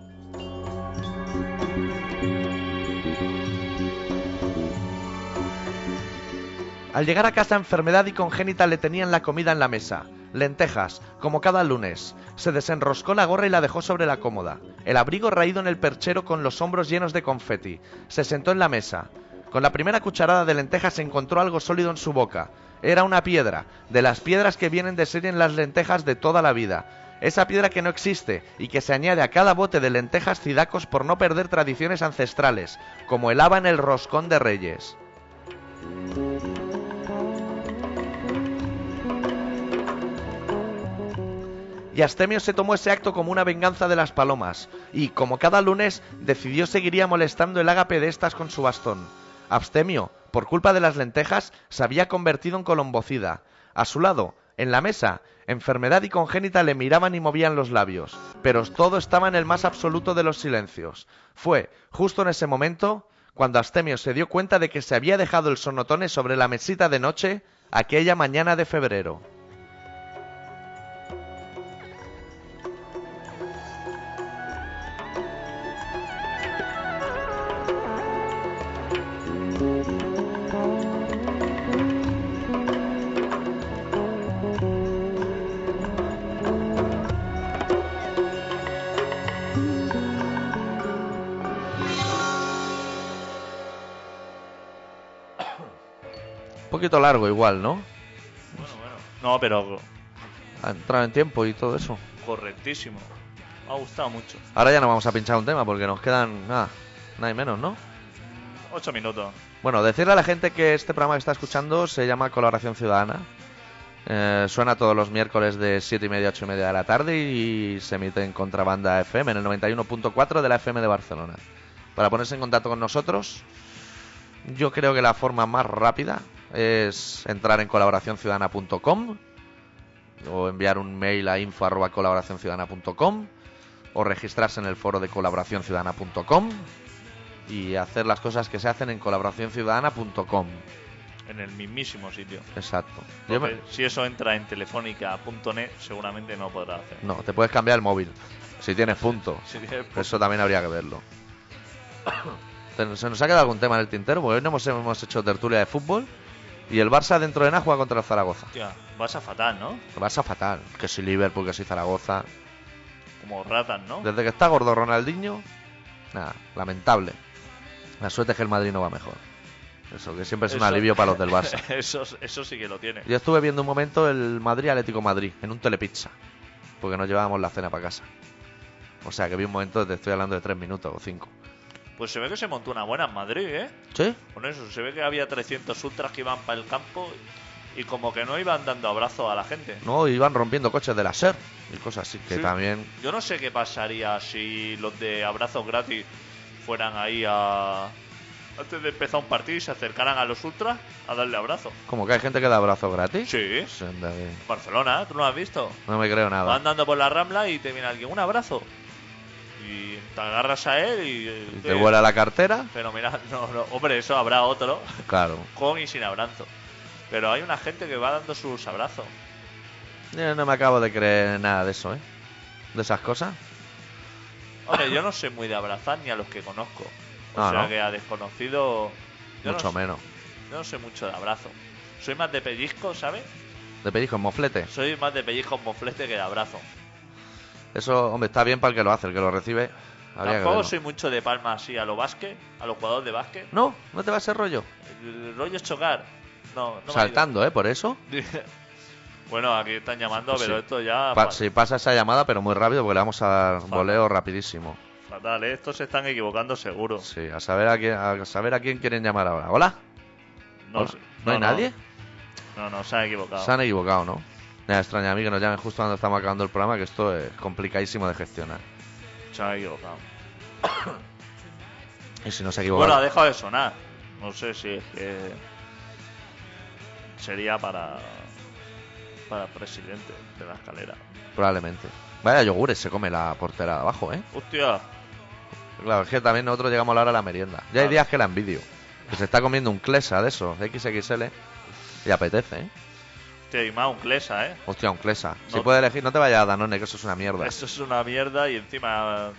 Speaker 2: Al llegar a casa enfermedad y congénita le tenían la comida en la mesa. Lentejas, como cada lunes. Se desenroscó la gorra y la dejó sobre la cómoda. El abrigo raído en el perchero con los hombros llenos de confeti. Se sentó en la mesa. Con la primera cucharada de lentejas encontró algo sólido en su boca. Era una piedra, de las piedras que vienen de ser en las lentejas de toda la vida. Esa piedra que no existe y que se añade a cada bote de lentejas cidacos por no perder tradiciones ancestrales, como el haba en el roscón de reyes. y Astemio se tomó ese acto como una venganza de las palomas, y como cada lunes decidió seguiría molestando el ágape de estas con su bastón. Abstemio, por culpa de las lentejas, se había convertido en colombocida. A su lado, en la mesa, enfermedad y congénita le miraban y movían los labios, pero todo estaba en el más absoluto de los silencios. Fue, justo en ese momento, cuando Astemio se dio cuenta de que se había dejado el sonotone sobre la mesita de noche aquella mañana de febrero. Un poquito largo igual, ¿no?
Speaker 3: Bueno, bueno. No, pero
Speaker 2: Ha entrado en tiempo y todo eso.
Speaker 3: correctísimo. Me ha gustado mucho.
Speaker 2: Ahora ya no vamos a pinchar un tema porque nos quedan nada, nada y menos, ¿no?
Speaker 3: Ocho minutos.
Speaker 2: Bueno, decirle a la gente que este programa que está escuchando se llama Colaboración Ciudadana. Eh, suena todos los miércoles de 7 y media a 8 y media de la tarde y se emite en contrabanda FM, en el 91.4 de la FM de Barcelona. Para ponerse en contacto con nosotros, yo creo que la forma más rápida es entrar en colaboracionciudadana.com o enviar un mail a info.colaboracionciudadana.com o registrarse en el foro de colaboracionciudadana.com y hacer las cosas que se hacen en colaboracionciudadana.com.
Speaker 3: En el mismísimo sitio.
Speaker 2: Exacto. Yo me-
Speaker 3: Porque Si eso entra en telefónica.net, seguramente no podrá hacer.
Speaker 2: No, te puedes cambiar el móvil si tienes punto.
Speaker 3: Si tienes-
Speaker 2: Eso también habría que verlo. Te- Se nos ha quedado algún tema en el tintero, porque hoy no hemos, hemos hecho tertulia de fútbol y el Barça dentro de nada juega contra el Zaragoza.
Speaker 3: Hostia, vas a fatal, ¿no?
Speaker 2: El Barça fatal, que si Liverpool, que si Zaragoza.
Speaker 3: Como ratas, ¿no?
Speaker 2: Desde que está gordo Ronaldinho, nada, lamentable. La suerte es que el Madrid no va mejor. Eso, que siempre es un
Speaker 3: Eso-
Speaker 2: alivio para los del Barça.
Speaker 3: eso, eso sí que lo tiene.
Speaker 2: Yo estuve viendo un momento el Madrid Atlético Madrid en un telepizza, porque no llevábamos la cena para casa. O sea que vi un momento, te estoy hablando de tres minutos o cinco.
Speaker 3: Pues se ve que se montó una buena en Madrid, ¿eh?
Speaker 2: ¿Sí?
Speaker 3: Con eso, se ve que había 300 ultras que iban para el campo y como que no iban dando abrazos a la gente.
Speaker 2: No, iban rompiendo coches de la SER y cosas así, que
Speaker 3: Sí.
Speaker 2: también
Speaker 3: Yo no sé qué pasaría si los de abrazos gratis fueran ahí a... Antes de empezar un partido y se acercaran a los ultras a darle abrazos.
Speaker 2: como que hay gente que da abrazos gratis.
Speaker 3: Sí.
Speaker 2: Pues anda que-
Speaker 3: Barcelona, ¿eh? ¿tú no lo has visto?
Speaker 2: No me creo
Speaker 3: Va
Speaker 2: nada.
Speaker 3: andando por la rambla y te viene alguien, un abrazo. Y te agarras a él y.
Speaker 2: Y
Speaker 3: eh,
Speaker 2: te vuela la cartera,
Speaker 3: Fenomenal. No, no, hombre, eso habrá otro
Speaker 2: claro.
Speaker 3: con y sin abrazo. Pero hay una gente que va dando sus abrazos.
Speaker 2: Yo no me acabo de creer nada de eso, ¿eh? De esas cosas.
Speaker 3: Hombre, yo no sé muy de abrazar ni a los que conozco. O
Speaker 2: Ah,
Speaker 3: sea
Speaker 2: ¿no?
Speaker 3: que a desconocido. Yo
Speaker 2: Mucho
Speaker 3: no, sé-
Speaker 2: menos.
Speaker 3: Yo no sé mucho de abrazo. Soy más de pellizco, ¿sabes?
Speaker 2: De pellizco en moflete.
Speaker 3: Soy más de pellizco moflete que de abrazo.
Speaker 2: Eso, hombre, está bien para el que lo hace, el que lo recibe. habría que
Speaker 3: Tampoco
Speaker 2: verlo.
Speaker 3: soy mucho de palma así a los básquet, a los jugadores de básquet.
Speaker 2: No, no te va ese rollo.
Speaker 3: El rollo es chocar. No, no me ha ido.
Speaker 2: Saltando, ¿eh? Por eso.
Speaker 3: bueno, aquí están llamando,
Speaker 2: Pues
Speaker 3: pero
Speaker 2: sí.
Speaker 3: esto ya.
Speaker 2: Pa-
Speaker 3: fa-
Speaker 2: si pasa esa llamada, pero muy rápido, porque le vamos a dar
Speaker 3: Fatal.
Speaker 2: voleo rapidísimo.
Speaker 3: Fatal, ¿eh? estos se están equivocando seguro.
Speaker 2: Sí, a saber a quién, a saber a quién quieren llamar ahora. ¿Hola?
Speaker 3: No,
Speaker 2: Hola.
Speaker 3: sé-
Speaker 2: ¿No hay nadie?
Speaker 3: No, no, se han equivocado.
Speaker 2: Se han equivocado, ¿no? Nada, extraña a mí que nos llamen justo cuando estamos acabando el programa, que esto es complicadísimo de gestionar.
Speaker 3: Se me ha equivocado.
Speaker 2: Y si no se
Speaker 3: Bueno, ha
Speaker 2: equivoca,
Speaker 3: dejado de sonar. No sé si es que. Sería para. Para presidente de la escalera.
Speaker 2: probablemente. Vaya yogures se come la portera de abajo, ¿eh?
Speaker 3: Hostia,
Speaker 2: Claro, es que también nosotros llegamos a la hora de la merienda. Ya hay
Speaker 3: Claro.
Speaker 2: días que la envidio. Que se está comiendo un clesa de esos, de XXL. Y apetece, ¿eh?
Speaker 3: hostia, y más un Clesa, ¿eh?
Speaker 2: Hostia, un clesa. Si
Speaker 3: No.
Speaker 2: puedes elegir, no te vayas a Danone, que eso es una mierda.
Speaker 3: Eso es una mierda y encima.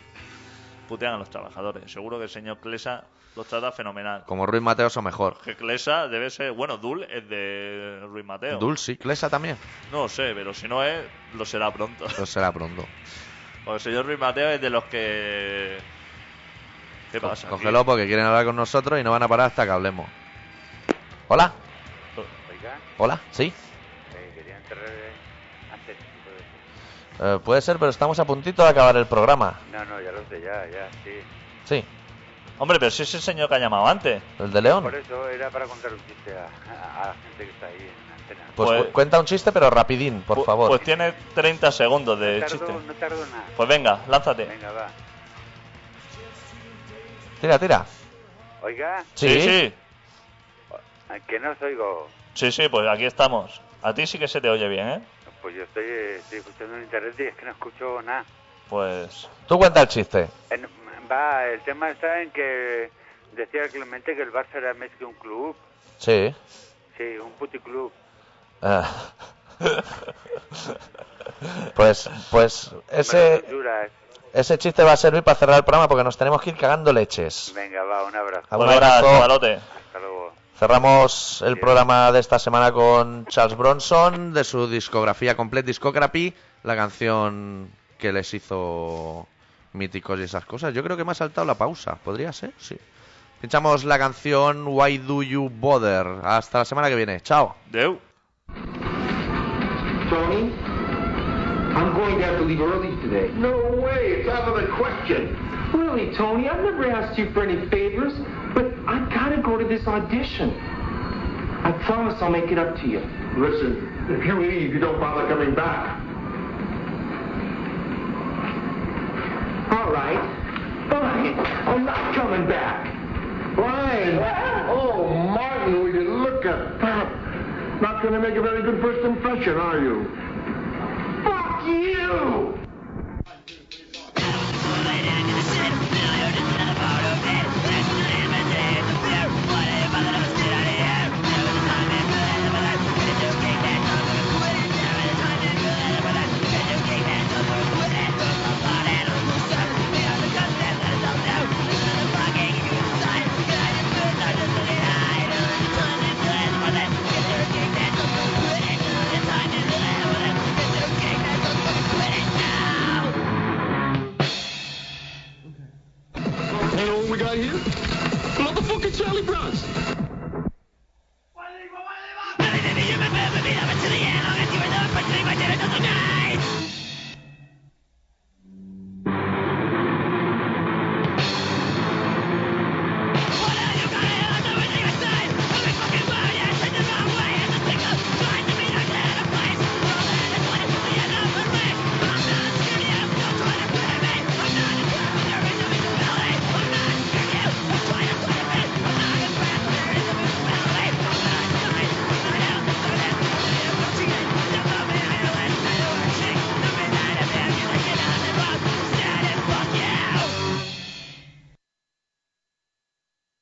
Speaker 3: Putean a los trabajadores. Seguro que el señor Clesa los trata fenomenal.
Speaker 2: Como Ruiz Mateo, eso mejor.
Speaker 3: Que Clesa debe ser. Bueno, Dul es de Ruiz Mateo.
Speaker 2: Dulce, clesa también.
Speaker 3: No lo sé, pero si no es, lo será pronto.
Speaker 2: Eso será pronto.
Speaker 3: Porque el señor Ruiz Mateo es de los que. ¿Qué
Speaker 2: Co-
Speaker 3: pasa? aquí?
Speaker 2: Cógelo porque quieren hablar con nosotros y no van a parar hasta que hablemos. Hola,
Speaker 5: Oiga,
Speaker 2: hola, sí.
Speaker 5: eh, quería entrar eh, antes. pues,
Speaker 2: Eh, puede ser, pero estamos a puntito de acabar el programa.
Speaker 5: No, no, ya lo sé, ya, ya, sí.
Speaker 2: Sí,
Speaker 3: Hombre, pero si es el señor que ha llamado antes.
Speaker 2: el de
Speaker 5: Por
Speaker 2: León.
Speaker 5: eso era para contar un chiste a, a- a la gente que está ahí en la antena.
Speaker 2: Pues,
Speaker 3: Pues-
Speaker 2: cu- cuenta un chiste, pero rapidín, por
Speaker 3: Pu-
Speaker 2: favor.
Speaker 3: Pues tiene 30 segundos de
Speaker 5: no,
Speaker 3: eh, chiste.
Speaker 5: tardo, no tardo nada.
Speaker 3: Pues venga, lánzate.
Speaker 5: Venga, va.
Speaker 2: Tira, tira.
Speaker 5: Oiga,
Speaker 3: Sí, sí,
Speaker 5: que no os oigo.
Speaker 3: sí, sí, pues aquí estamos. A ti sí que se te oye bien, ¿eh?
Speaker 5: Pues yo estoy, eh, estoy escuchando en internet y es que no escucho nada.
Speaker 3: Pues
Speaker 2: Tú cuenta el chiste.
Speaker 5: En- va, el tema está en que decía Clemente que el Barça era más que un club.
Speaker 2: Sí.
Speaker 5: Sí, un puticlub.
Speaker 2: Ah. pues, pues
Speaker 5: Menos
Speaker 2: ese,
Speaker 5: Honduras.
Speaker 2: ese chiste va a servir para cerrar el programa porque nos tenemos que ir cagando leches.
Speaker 5: Venga, va, un abrazo.
Speaker 2: Ah,
Speaker 3: pues
Speaker 2: Un
Speaker 3: venga,
Speaker 2: abrazo.
Speaker 3: chavalote.
Speaker 5: Hasta luego.
Speaker 2: Cerramos el programa de esta semana con Charles Bronson, de su discografía Complete Discography, la canción que les hizo míticos y esas cosas. Yo creo que me ha saltado la pausa, ¿podría ser? Sí. Pinchamos la canción Why Do You Bother. Hasta la semana que viene. Chao.
Speaker 3: Deu.
Speaker 6: Tony, I'm going to have to leave early today.
Speaker 7: No way, it's out of the question.
Speaker 6: Really, Tony, I've never asked you for any favors, but I gotta go to this audition. I promise I'll make it up to you.
Speaker 7: Listen, if you leave, you don't bother coming back.
Speaker 6: All right. Fine. I'm not coming back.
Speaker 7: Brian! Oh, Martin, will you look at that? Not going to make a very good first impression, are you?
Speaker 6: Fuck you!
Speaker 7: You know what we got here? Motherfucking Charlie Bronson.